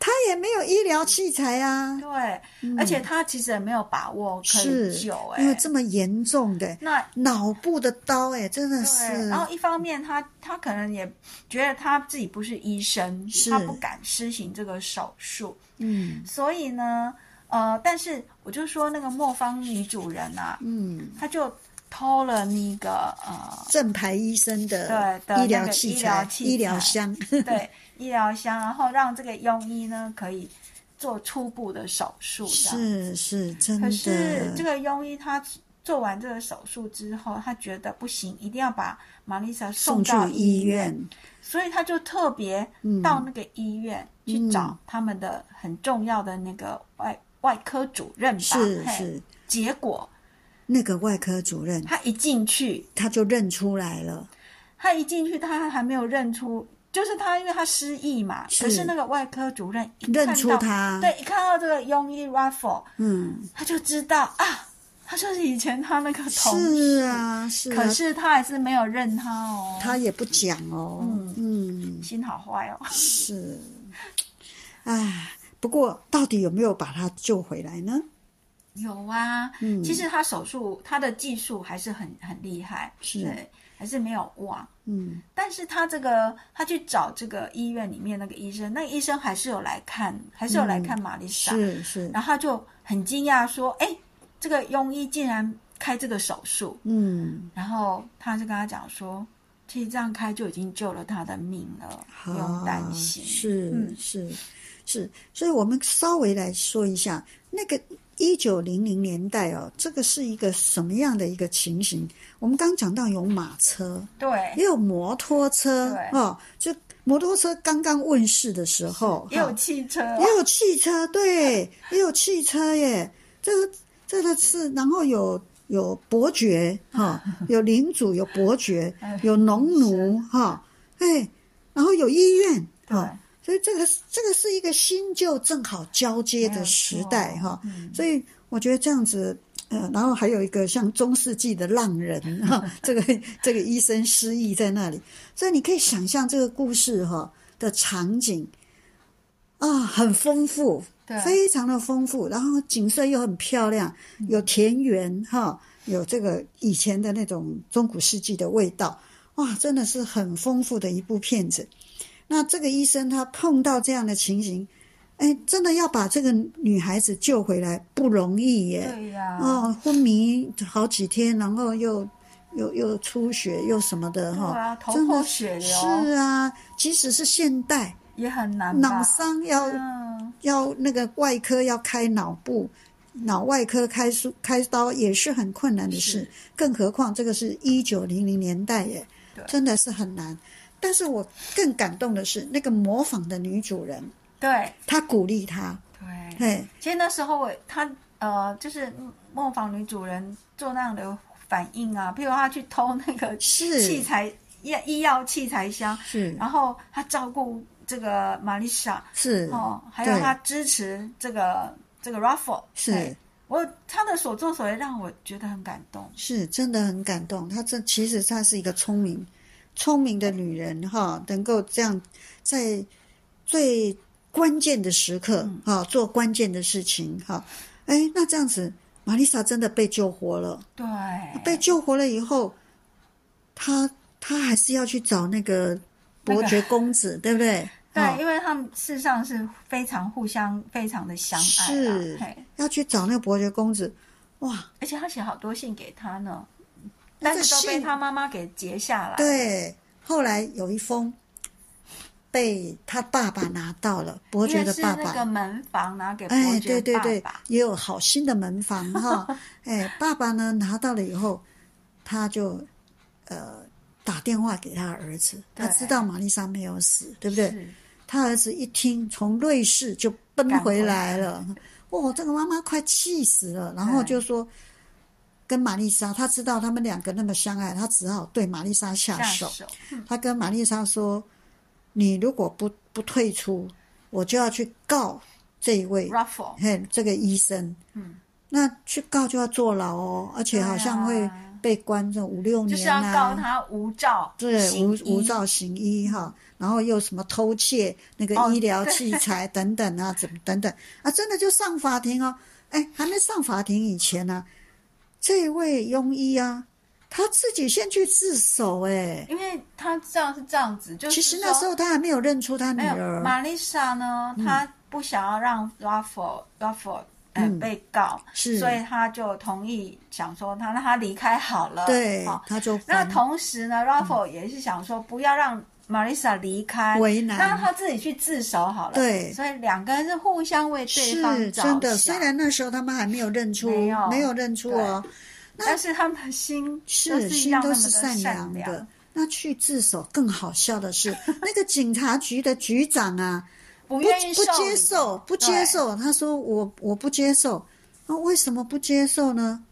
Speaker 2: 他也没有医疗器材啊，
Speaker 3: 对，而且他其实也没有把握可
Speaker 2: 是
Speaker 3: 以救、欸，
Speaker 2: 因为这么严重的
Speaker 3: 那
Speaker 2: 脑部的刀、哎，真的是
Speaker 3: 对，然后一方面他他可能也觉得他自己不是医生，
Speaker 2: 是
Speaker 3: 他不敢施行这个手术，
Speaker 2: 嗯
Speaker 3: 所以呢，呃，但是我就说那个磨坊女主人啊，
Speaker 2: 嗯，
Speaker 3: 她就偷了那个 呃，
Speaker 2: 正牌医生的
Speaker 3: 对的
Speaker 2: 医疗
Speaker 3: 那个
Speaker 2: 器
Speaker 3: 医疗
Speaker 2: 材、
Speaker 3: 器材
Speaker 2: 医疗箱，
Speaker 3: 对医疗箱，然后让这个庸医呢可以做初步的手术，这样
Speaker 2: 是是，真的。
Speaker 3: 啊可是这个庸医他做完这个手术之后，他觉得不行，一定要把玛丽莎
Speaker 2: 送去
Speaker 3: 到
Speaker 2: 医
Speaker 3: 医
Speaker 2: 院，嗯
Speaker 3: 所以他就特别到那个医院去找他们的很重要的那个外外科主任吧。
Speaker 2: 是
Speaker 3: 嘿
Speaker 2: 是，
Speaker 3: 结果
Speaker 2: 那个外科主任
Speaker 3: 他一进去，
Speaker 2: 他就认出来了，
Speaker 3: 他一进去，他还没有认出，就是他因为他失忆嘛。
Speaker 2: 是
Speaker 3: 可是那个外科主任一看到
Speaker 2: 认出他，
Speaker 3: 对，一看到这个庸医 Raffle，
Speaker 2: 嗯，
Speaker 3: 他就知道啊，他就是以前他那个
Speaker 2: 是
Speaker 3: 同事。
Speaker 2: 啊是啊
Speaker 3: 可，是他还是没有认他哦，
Speaker 2: 他也不讲哦，嗯
Speaker 3: 心好坏哦。
Speaker 2: 是，唉，不过到底有没有把他救回来呢？
Speaker 3: 有啊，
Speaker 2: 嗯
Speaker 3: 其实他手术他的技术还是很很厉害，
Speaker 2: 是
Speaker 3: 对，还是没有忘。
Speaker 2: 嗯，
Speaker 3: 但是他这个他去找这个医院里面那个医生，那个医生还是有来看，还嗯是有啊来看玛丽莎，
Speaker 2: 是是，
Speaker 3: 然后他就很惊讶说：“哎，这个庸医竟然开这个手术。
Speaker 2: 嗯，”
Speaker 3: 然后他就跟他讲说：“其实这样开就已经救了他的命了，不用担
Speaker 2: 啊
Speaker 3: 心。”
Speaker 2: 是、
Speaker 3: 嗯
Speaker 2: 是是，所以我们稍微来说一下那个一九零零年代哦，这个是一个什么样的一个情形？我们刚讲到有马车，
Speaker 3: 对，
Speaker 2: 也有摩托车
Speaker 3: 对
Speaker 2: 哦，就摩托车刚刚问世的时候，
Speaker 3: 也有
Speaker 2: 哈
Speaker 3: 汽车，
Speaker 2: 也有汽车，对，也有汽车耶。这个这个是，然后有有伯爵哈、有领主，有伯爵，
Speaker 3: 哎
Speaker 2: 有农 奴哈、哎，然后有医院
Speaker 3: 对
Speaker 2: 哈、所以这个是这个是一个新旧正好交接的时代
Speaker 3: 没有错嗯
Speaker 2: 哈、所以我觉得这样子。呃，然后还有一个像中世纪的浪人哈、这个这个医生失忆在那里，所以你可以想象这个故事哈、的场景啊，很丰富，
Speaker 3: 对
Speaker 2: 非常的丰富，然后景色又很漂亮，
Speaker 3: 嗯
Speaker 2: 有田园哈，有这个以前的那种中古世纪的味道，哇，真的是很丰富的一部片子。那这个医生他碰到这样的情形，哎，真的要把这个女孩子救回来不容易耶。
Speaker 3: 对啊呀、
Speaker 2: 哦，昏迷好几天，然后又又又出血又什么的
Speaker 3: 对啊
Speaker 2: 哈，
Speaker 3: 头
Speaker 2: 真的
Speaker 3: 破血流
Speaker 2: 是啊，即使是现代
Speaker 3: 也很难吧
Speaker 2: 脑伤要
Speaker 3: 嗯，
Speaker 2: 要那个外科要开脑部，脑外科开术开刀也是很困难的事
Speaker 3: 是，
Speaker 2: 更何况这个是一九零零年代耶
Speaker 3: 对，
Speaker 2: 真的是很难。但是我更感动的是那个模仿的女主人，
Speaker 3: 对
Speaker 2: 她鼓励他，
Speaker 3: 对。
Speaker 2: 嘿，
Speaker 3: 其实那时候我他呃，就是模仿女主人做那样的反应啊，譬如他去偷那个器
Speaker 2: 是
Speaker 3: 材医医药器材箱，
Speaker 2: 是
Speaker 3: 然后他照顾这个玛丽莎
Speaker 2: 是
Speaker 3: 哦，还有
Speaker 2: 对
Speaker 3: 他支持这个这个 Raffle，
Speaker 2: 是
Speaker 3: 哎我他的所作所为让我觉得很感动，
Speaker 2: 是，真的很感动。她这其实她是一个聪明聪明的女人哈，能够这样在最关键的时刻哈做关键的事情哈。哎，那这样子，玛丽莎真的被救活了。
Speaker 3: 对，
Speaker 2: 被救活了以后，他他还是要去找那个伯爵公子，对不 对？
Speaker 3: 对，
Speaker 2: 哦
Speaker 3: 因为他们事实上是非常互相非常的相爱啦
Speaker 2: 是
Speaker 3: 嘿
Speaker 2: 要去找那个伯爵公子。哇，
Speaker 3: 而且他写好多信给他呢，
Speaker 2: 那
Speaker 3: 但
Speaker 2: 这
Speaker 3: 是都被
Speaker 2: 信
Speaker 3: 他妈妈给截下来。，
Speaker 2: 对，后来有一封被他爸爸拿到了，伯
Speaker 3: 因
Speaker 2: 爵
Speaker 3: 为
Speaker 2: 的
Speaker 3: 是
Speaker 2: 爸
Speaker 3: 那个
Speaker 2: 爸。
Speaker 3: 门房拿给伯
Speaker 2: 哎，
Speaker 3: 爵
Speaker 2: 对对
Speaker 3: 爸
Speaker 2: 对
Speaker 3: 爸，，
Speaker 2: 也有好心的门房 哈。哎，爸爸呢拿到了以后，他就呃打电话给他儿子，他
Speaker 3: 对
Speaker 2: 知道玛丽莎没有死，对不对？
Speaker 3: 是
Speaker 2: 他儿子一听，从瑞士就奔回来了。哦，这个妈妈快气死了，然后就说跟玛丽莎，他知道他们两个那么相爱，他只好对玛丽莎下
Speaker 3: 下
Speaker 2: 手。他跟玛丽莎说：“你如果不不退出，我就要去告这一位
Speaker 3: Ruffle，
Speaker 2: 嘿这个医生。”
Speaker 3: 嗯，
Speaker 2: 那去告就要坐牢哦，而且好像
Speaker 3: 对
Speaker 2: 会
Speaker 3: 啊
Speaker 2: 被关这五六
Speaker 3: 就是
Speaker 2: 年
Speaker 3: 要
Speaker 2: 啊。
Speaker 3: 告他无照
Speaker 2: 对，
Speaker 3: 行
Speaker 2: 无
Speaker 3: 医
Speaker 2: 无照行医哈，然后又什么偷窃那个
Speaker 3: 哦
Speaker 2: 医疗器材等等啊，怎么等等啊，真的就上法庭哦。哎，还没上法庭以前呢、这位庸医啊，他自己先去自首哎。
Speaker 3: 因为他知道是这样子，就是
Speaker 2: 其实那
Speaker 3: 说
Speaker 2: 时候他还没有认出他女
Speaker 3: 没有
Speaker 2: 儿，嗯
Speaker 3: 玛丽莎呢，她不想要让 Ruffle Ruffle 呃、
Speaker 2: 嗯
Speaker 3: 被告，
Speaker 2: 是，
Speaker 3: 所以她就同意想说他让他离开好了，
Speaker 2: 对嗯
Speaker 3: 好、，
Speaker 2: 他就还
Speaker 3: 那同时呢，Raffle 也是想说不要让 Marisa 离开，
Speaker 2: 为
Speaker 3: 让
Speaker 2: 难，
Speaker 3: 他自己去自首好了。
Speaker 2: 对
Speaker 3: 所以两个人是互相为对方
Speaker 2: 是
Speaker 3: 着
Speaker 2: 真的。
Speaker 3: 想
Speaker 2: 虽然那时候他们还没有认出，
Speaker 3: 没有
Speaker 2: 认出哦，
Speaker 3: 但是他们的心都
Speaker 2: 是
Speaker 3: 一
Speaker 2: 心
Speaker 3: 样那
Speaker 2: 都
Speaker 3: 么
Speaker 2: 是
Speaker 3: 善
Speaker 2: 良的。那去自首更好笑的 是，那个警察局的局长啊，
Speaker 3: 不
Speaker 2: 不
Speaker 3: 愿意
Speaker 2: 不
Speaker 3: 受
Speaker 2: 接
Speaker 3: 理
Speaker 2: 受，不
Speaker 3: 对
Speaker 2: 接受。他说我我不接受，那、为什么不接受呢？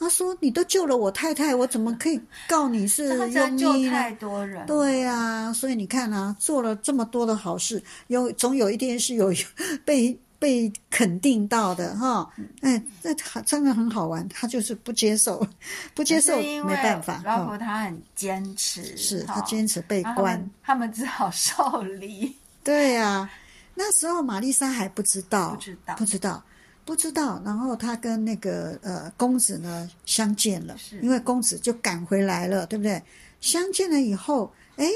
Speaker 2: 他说你都救了我太太，我怎么可以告你是啊
Speaker 3: 他
Speaker 2: 庸
Speaker 3: 真的
Speaker 2: 医
Speaker 3: 救
Speaker 2: 呢
Speaker 3: 太？多人，
Speaker 2: 对呀、所以你看啊，做了这么多的好事，有总有一天是有 被被肯定到的哈。
Speaker 3: 嗯
Speaker 2: 哎，这他真的很好玩，他就是不接受， 不接受
Speaker 3: 是因
Speaker 2: 没
Speaker 3: 为
Speaker 2: 办法，
Speaker 3: 老
Speaker 2: 哦
Speaker 3: 婆她很坚持，
Speaker 2: 是
Speaker 3: 哈
Speaker 2: 他坚持被
Speaker 3: 然后他
Speaker 2: 关
Speaker 3: 们。他们只好 受理，
Speaker 2: 对呀、那时候玛丽莎还不知道，
Speaker 3: 不知道
Speaker 2: 哦不知道，不知道。然后她跟那个呃公子呢相见了
Speaker 3: 是，
Speaker 2: 因为公子就赶回来了，对不对？相见了以后，哎，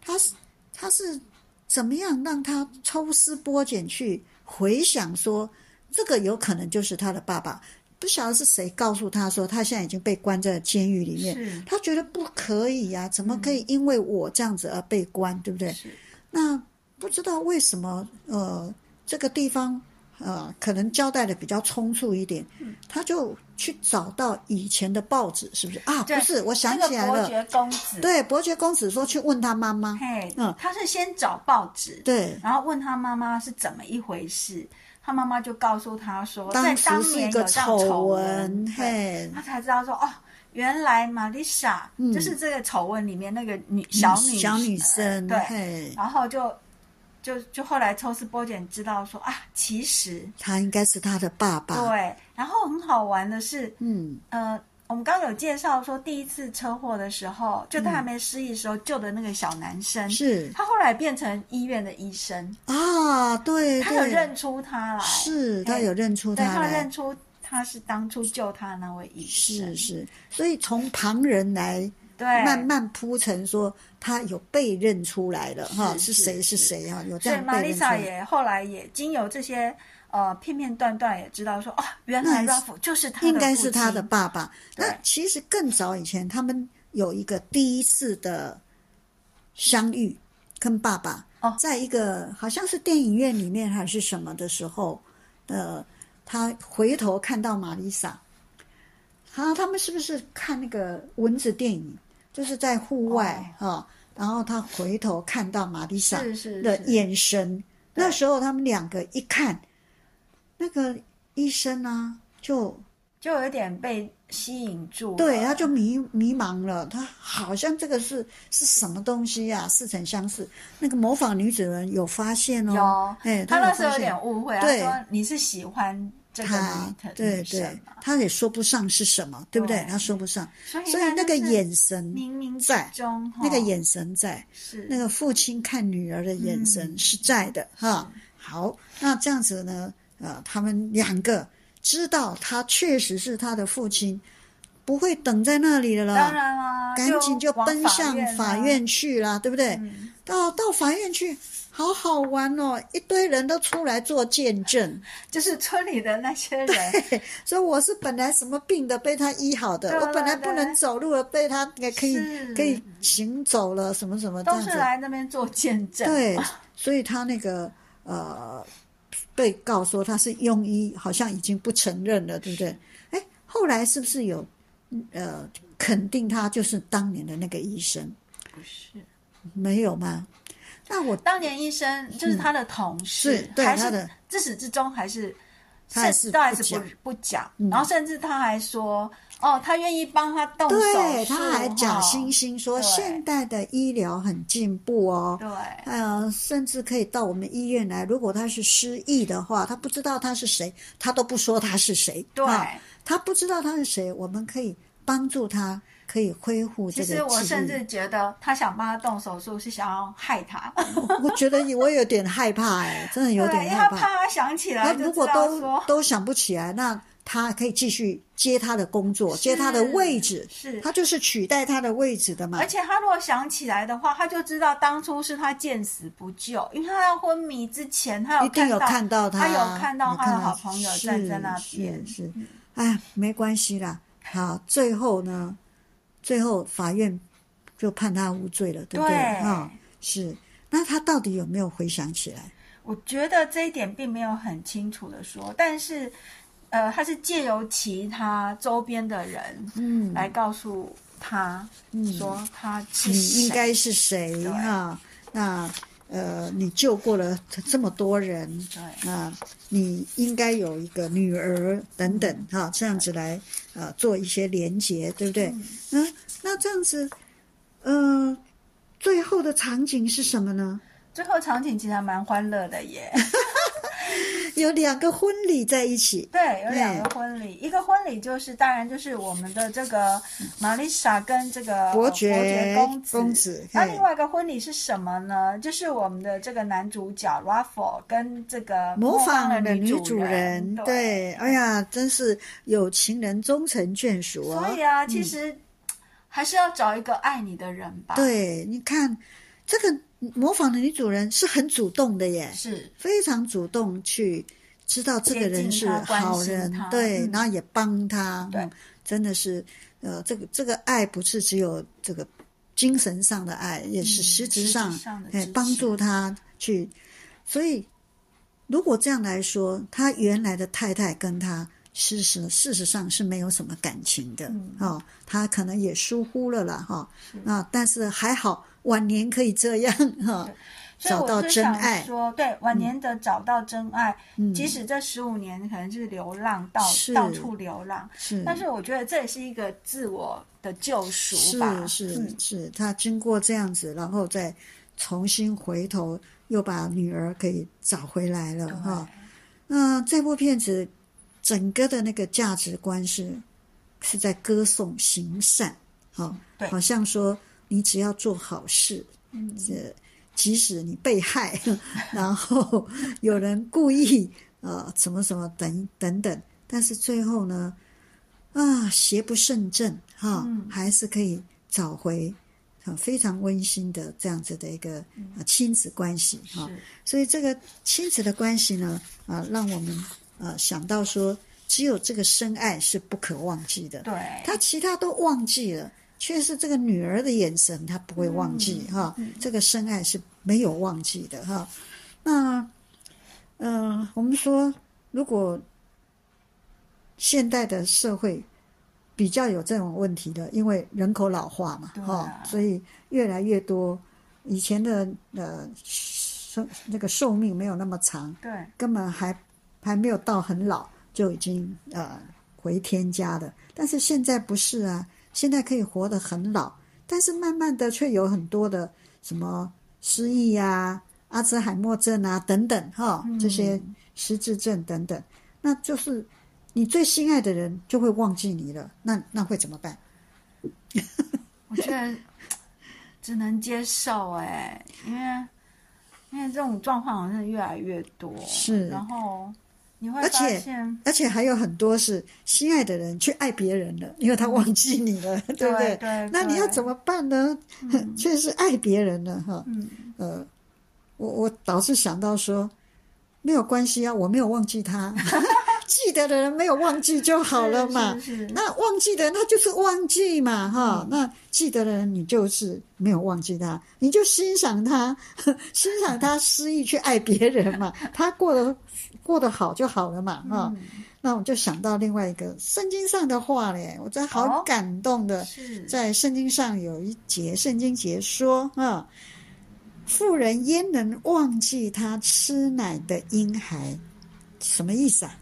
Speaker 2: 他是他是怎么样让他抽丝剥茧去回想说，这个有可能就是他的爸爸。不晓得是谁告诉他说，他现在已经被关在监狱里
Speaker 3: 是嗯
Speaker 2: 面，他觉得不可以呀、怎么可以因为我这样子而被关，对不对？
Speaker 3: 是
Speaker 2: 那不知道为什么，呃，这个地方呃，可能交代的比较匆促一点，他就去找到以前的报纸，是不是啊？
Speaker 3: 对
Speaker 2: 不是，我想
Speaker 3: 那
Speaker 2: 起
Speaker 3: 个
Speaker 2: 来
Speaker 3: 伯
Speaker 2: 了，
Speaker 3: 爵公子，
Speaker 2: 对，伯爵公子说去问他妈妈，
Speaker 3: 嘿，
Speaker 2: 嗯
Speaker 3: 他是先找报纸，
Speaker 2: 对，
Speaker 3: 然后问他妈妈是怎么一回事，他妈妈就告诉他说，
Speaker 2: 当
Speaker 3: 在当
Speaker 2: 时是
Speaker 3: 年
Speaker 2: 一
Speaker 3: 有这
Speaker 2: 个
Speaker 3: 样
Speaker 2: 丑
Speaker 3: 丑
Speaker 2: 闻，
Speaker 3: 对，
Speaker 2: 嘿，
Speaker 3: 他才知道说哦，原来玛丽莎就是这个丑闻里面那个女小女
Speaker 2: 嗯小女生，
Speaker 3: 对
Speaker 2: 嘿，
Speaker 3: 然后就就就后来抽丝剥茧知道说啊，其实
Speaker 2: 他应该是他的爸爸，
Speaker 3: 对，然后很好玩的是，
Speaker 2: 嗯，
Speaker 3: 呃。我们刚刚有介绍说，第一次车祸的时候，就他还没失忆的时候救的那个小男生，
Speaker 2: 是
Speaker 3: 他后来变成医院的医生，
Speaker 2: 啊，对，
Speaker 3: 他有
Speaker 2: 对
Speaker 3: 认出他来，
Speaker 2: 是，
Speaker 3: 哎
Speaker 2: 他有认出
Speaker 3: 对，
Speaker 2: 他
Speaker 3: 他
Speaker 2: 来，
Speaker 3: 认出他是当初救他的那位医生，
Speaker 2: 是是，所以从旁人来。
Speaker 3: 对，
Speaker 2: 慢慢铺陈说他有被认出来了哈，是
Speaker 3: 是是
Speaker 2: 谁是
Speaker 3: 是
Speaker 2: 谁哈，有这
Speaker 3: 所以
Speaker 2: 样
Speaker 3: 玛
Speaker 2: 被
Speaker 3: 丽
Speaker 2: 认出
Speaker 3: 莎
Speaker 2: 来。
Speaker 3: 也后来也经由这些呃片片段段也知道说，哦，原来
Speaker 2: 那
Speaker 3: Ralph 就是他的，
Speaker 2: 应该是他的，爸爸。
Speaker 3: 对
Speaker 2: 那其实更早以前，他们有一个第一次的相遇，跟爸爸
Speaker 3: 哦
Speaker 2: 在一个好像是电影院里面还是什么的时候，呃，他回头看到玛丽莎，好，他们是不是看那个蚊子电影？就是在户外哈、哦然后他回头看到玛丽莎
Speaker 3: 是是
Speaker 2: 的
Speaker 3: 是
Speaker 2: 眼神，
Speaker 3: 对
Speaker 2: 那时候他们两个一看，那个医生啊，就
Speaker 3: 就有点被吸引住了，
Speaker 2: 对，他就迷迷茫了，他好像这个是是什么东西呀、似曾相识。那个模仿女主人有发现
Speaker 3: 有
Speaker 2: 哦，哎，
Speaker 3: 他
Speaker 2: 有
Speaker 3: 那
Speaker 2: 发
Speaker 3: 时候有
Speaker 2: 现
Speaker 3: 点误会，他
Speaker 2: 对
Speaker 3: 说你是喜欢这个
Speaker 2: 他
Speaker 3: 女的
Speaker 2: 对
Speaker 3: 女生
Speaker 2: 对
Speaker 3: 嘛，，
Speaker 2: 他也说不上是什么，对不对
Speaker 3: 对？
Speaker 2: 他说不上，
Speaker 3: 所以
Speaker 2: 所以
Speaker 3: 他
Speaker 2: 那个
Speaker 3: 就是
Speaker 2: 眼神，
Speaker 3: 冥冥之
Speaker 2: 在
Speaker 3: 中，
Speaker 2: 那个
Speaker 3: 哈
Speaker 2: 眼神在，
Speaker 3: 是
Speaker 2: 那个父亲看女儿的眼
Speaker 3: 嗯
Speaker 2: 神是在的哈。好，那这样子呢，呃，他们两个知道他确实是他的父亲，不会等在那里的了。
Speaker 3: 当然啦，
Speaker 2: 嗯赶紧就
Speaker 3: 往
Speaker 2: 奔向法
Speaker 3: 啊，
Speaker 2: 院去啦，对不对？
Speaker 3: 嗯
Speaker 2: 到到法院去，好好玩哦！一堆人都出来做见 证，
Speaker 3: 就是村里的那些人，
Speaker 2: 所以我是本来什么病的被他医好的，
Speaker 3: 对
Speaker 2: 我本来
Speaker 3: 对对
Speaker 2: 不能走路了，被他给可以
Speaker 3: 是
Speaker 2: 可以行走了，什么什么这
Speaker 3: 都
Speaker 2: 样
Speaker 3: 是
Speaker 2: 子。
Speaker 3: 来那边做见证，
Speaker 2: 对，所以他那个呃，被告说他是庸医，好像已经不承认了，对不对？哎，后来是不是有呃肯定他就是当年的那个医生？
Speaker 3: 不是。
Speaker 2: 没有吗？那我
Speaker 3: 当年医生就是他的同
Speaker 2: 嗯是
Speaker 3: 事，
Speaker 2: 对
Speaker 3: 还
Speaker 2: 他的
Speaker 3: 是自始至终还是，
Speaker 2: 他还
Speaker 3: 甚
Speaker 2: 是
Speaker 3: 都还
Speaker 2: 不
Speaker 3: 是不
Speaker 2: 讲
Speaker 3: 不讲
Speaker 2: 嗯，
Speaker 3: 然后甚至他还说，哦，他愿意帮他动手
Speaker 2: 对，
Speaker 3: 术，
Speaker 2: 他还假惺
Speaker 3: 哈，
Speaker 2: 惺说
Speaker 3: 对
Speaker 2: 现代的医疗很进步哦，
Speaker 3: 对，
Speaker 2: 呃，甚至可以到我们医院来。如果他是失忆的话，他不知道他是谁，他都不说他是谁，
Speaker 3: 对
Speaker 2: 啊他不知道他是谁，我们可以帮助他，可以恢复这
Speaker 3: 其
Speaker 2: 个记忆。
Speaker 3: 实我甚至觉得他想帮他动手术是想要害他，
Speaker 2: 我觉得我有点害怕、 哎，真的有
Speaker 3: 对，
Speaker 2: 点
Speaker 3: 因为
Speaker 2: 害
Speaker 3: 他怕他想起来就
Speaker 2: 如
Speaker 3: 知
Speaker 2: 果
Speaker 3: 道
Speaker 2: 都
Speaker 3: 说
Speaker 2: 都想不起来，那他可以继续接他的工作，接他的位置，
Speaker 3: 是
Speaker 2: 他就是取代他的位置的嘛
Speaker 3: 而。且他如果想起来的话，他就知道当初是他见死不救，因为他在昏迷之前，他
Speaker 2: 一定有看到他
Speaker 3: 他，有看到他的好朋友
Speaker 2: 是
Speaker 3: 站在那边
Speaker 2: 是，是，哎，没关系啦。好，最后呢，最后法院就判他无罪了，对不对？
Speaker 3: 对
Speaker 2: 啊、是。那他到底有没有回想起来？
Speaker 3: 我觉得这一点并没有很清楚的说，但是，呃，他是借由其他周边的人
Speaker 2: 嗯，
Speaker 3: 来告诉他，说他是
Speaker 2: 你应
Speaker 3: 谁
Speaker 2: 该是谁
Speaker 3: 对
Speaker 2: 啊？那呃，你救过了这么多人，
Speaker 3: 对
Speaker 2: 啊，你应该有一个女儿等等哈、
Speaker 3: 嗯
Speaker 2: 这样子来呃做一些连结，对不对？嗯、那这样子，呃，最后的场景是什么呢？
Speaker 3: 最后场景其实还蛮欢乐的耶，
Speaker 2: 有两个婚礼在一起，
Speaker 3: 对，有两个婚礼，一个婚礼就是当然就是我们的这个玛丽莎跟这个
Speaker 2: 伯
Speaker 3: 呃伯
Speaker 2: 爵
Speaker 3: 爵公子。
Speaker 2: 公子
Speaker 3: 那
Speaker 2: 嘿
Speaker 3: 另外一个婚礼是什么呢？就是我们的这个男主角 Raffle 跟这个
Speaker 2: 模仿的
Speaker 3: 的
Speaker 2: 女主
Speaker 3: 主
Speaker 2: 人，对，哎呀，真是有情人终成眷属啊！
Speaker 3: 所以啊，其实还是要找一个爱你的人吧。，
Speaker 2: 对，你看这个模仿的女主人是很主动的耶，
Speaker 3: 是
Speaker 2: 非常主动去知道这个人是好
Speaker 3: 接
Speaker 2: 人
Speaker 3: 近他关心，他
Speaker 2: 对，
Speaker 3: 嗯
Speaker 2: 然后也帮他，
Speaker 3: 对
Speaker 2: 嗯真的是，呃，这个这个爱不是只有这个精神上的爱，也
Speaker 3: 嗯
Speaker 2: 是实质上
Speaker 3: 实质上的，
Speaker 2: 哎
Speaker 3: 支持，
Speaker 2: 帮助他去。所以，如果这样来说，他原来的太太跟他。事实事实上是没有什么感情的、
Speaker 3: 嗯
Speaker 2: 哦，他可能也疏忽了啦哈、啊，但是还好晚年可以这样哈、
Speaker 3: 所以
Speaker 2: 找到
Speaker 3: 我就
Speaker 2: 真
Speaker 3: 想
Speaker 2: 爱嗯
Speaker 3: 说，对晚年的找到真爱，即使这十五年可能是流浪到
Speaker 2: 是
Speaker 3: 到处流浪，
Speaker 2: 是。
Speaker 3: 但是我觉得这也是一个自我的救赎吧。
Speaker 2: 是是
Speaker 3: 嗯
Speaker 2: 是，他经过这样子，然后再重新回头，又把女儿给找回来
Speaker 3: 嗯
Speaker 2: 了哈、那这部片子整个的那个价值观是是在歌颂行善，哈、
Speaker 3: 对
Speaker 2: 好像说你只要做好事，嗯，这即使你被害， 然后有人故意呃什么什么等等等，但是最后呢，啊，邪不胜正哈、还是可以找回。啊非常温馨的这样子的一个呃亲子关系哈、
Speaker 3: 是
Speaker 2: 所以这个亲子的关系呢，啊，让我们啊想到说，只有这个深爱是不可忘记的。
Speaker 3: 对，
Speaker 2: 他其他都忘记了，却是这个女儿的眼神，他不会忘记
Speaker 3: 嗯
Speaker 2: 哈、这个深爱是没有忘记的哈。那，嗯、我们说，如果现代的社会比较有这种问题的，因为人口老化嘛，
Speaker 3: 对啊
Speaker 2: 哈、所以越来越多以前的呃寿那个寿命没有那么长，
Speaker 3: 对，
Speaker 2: 根本还还没有到很老就已经呃回天家了。但是现在不是啊，现在可以活得很老，但是慢慢的却有很多的什么失忆啊、阿兹海默症啊等等哈，这些失智症等等，那就是你最心爱的人就会忘记你了，那那会怎么办？
Speaker 3: 我觉得只能接受哎、因为因为这种状况好像越来越多，
Speaker 2: 是
Speaker 3: 然后你会
Speaker 2: 而
Speaker 3: 发
Speaker 2: 且
Speaker 3: 现，
Speaker 2: 嗯而且还有很多是心爱的人去爱别人了，因为他忘记你了，对不
Speaker 3: 嗯对
Speaker 2: 对？
Speaker 3: 对，
Speaker 2: 那你要
Speaker 3: 对
Speaker 2: 怎？么办呢？确实爱别人了哈。
Speaker 3: 嗯，
Speaker 2: 呃，我我倒是想到说，没有关系啊，我没有忘记 他，记得的人没有忘记就 好了嘛。
Speaker 3: 是嗯是是
Speaker 2: 那忘记的人他就是忘记嘛，哈、那记得的人你就是没有忘记他，你就欣赏他， 欣赏他失意去爱别人 嘛，他过得过得好就好了
Speaker 3: 嗯
Speaker 2: 嘛，哈、那我就想到另外一个圣经上的话嘞，我真好
Speaker 3: 哦
Speaker 2: 感动的。
Speaker 3: 是
Speaker 2: 在圣经上有一节，圣经节说啊，妇人焉能忘记她吃奶的婴孩？什么意思啊？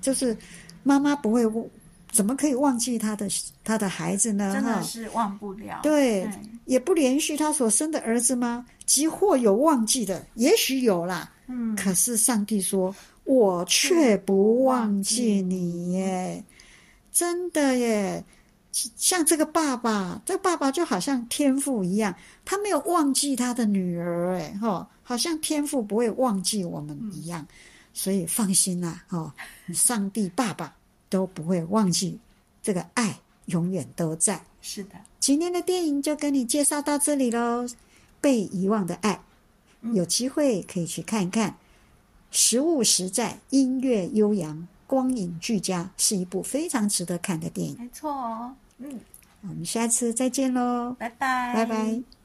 Speaker 2: 就是妈妈不会忘，怎么可以忘记她的她的孩子呢？
Speaker 3: 真
Speaker 2: 哈
Speaker 3: 的，是忘不了，
Speaker 2: 对
Speaker 3: 对，
Speaker 2: 也不连续她所生的儿子吗？即或有忘记的，也许有啦。
Speaker 3: 嗯，
Speaker 2: 可是上帝说：“我却不忘记你耶！”真的耶，像这个爸爸，这爸爸就好像天父一样，他没有忘记他的女儿，哎哈、吼好像天父不会忘记我们一样。所以放心啦、哦，上帝爸爸都不会忘记，这个爱永远都在。
Speaker 3: 是的，
Speaker 2: 今天的电影就跟你介绍到这里喽，《被遗忘的爱》，
Speaker 3: 嗯
Speaker 2: 有机会可以去看一看。实物实在，音乐悠扬，光影俱佳，是一部非常值得看的电影。
Speaker 3: 没错哦，嗯，
Speaker 2: 我们下次再见喽，
Speaker 3: 拜拜，
Speaker 2: 拜拜。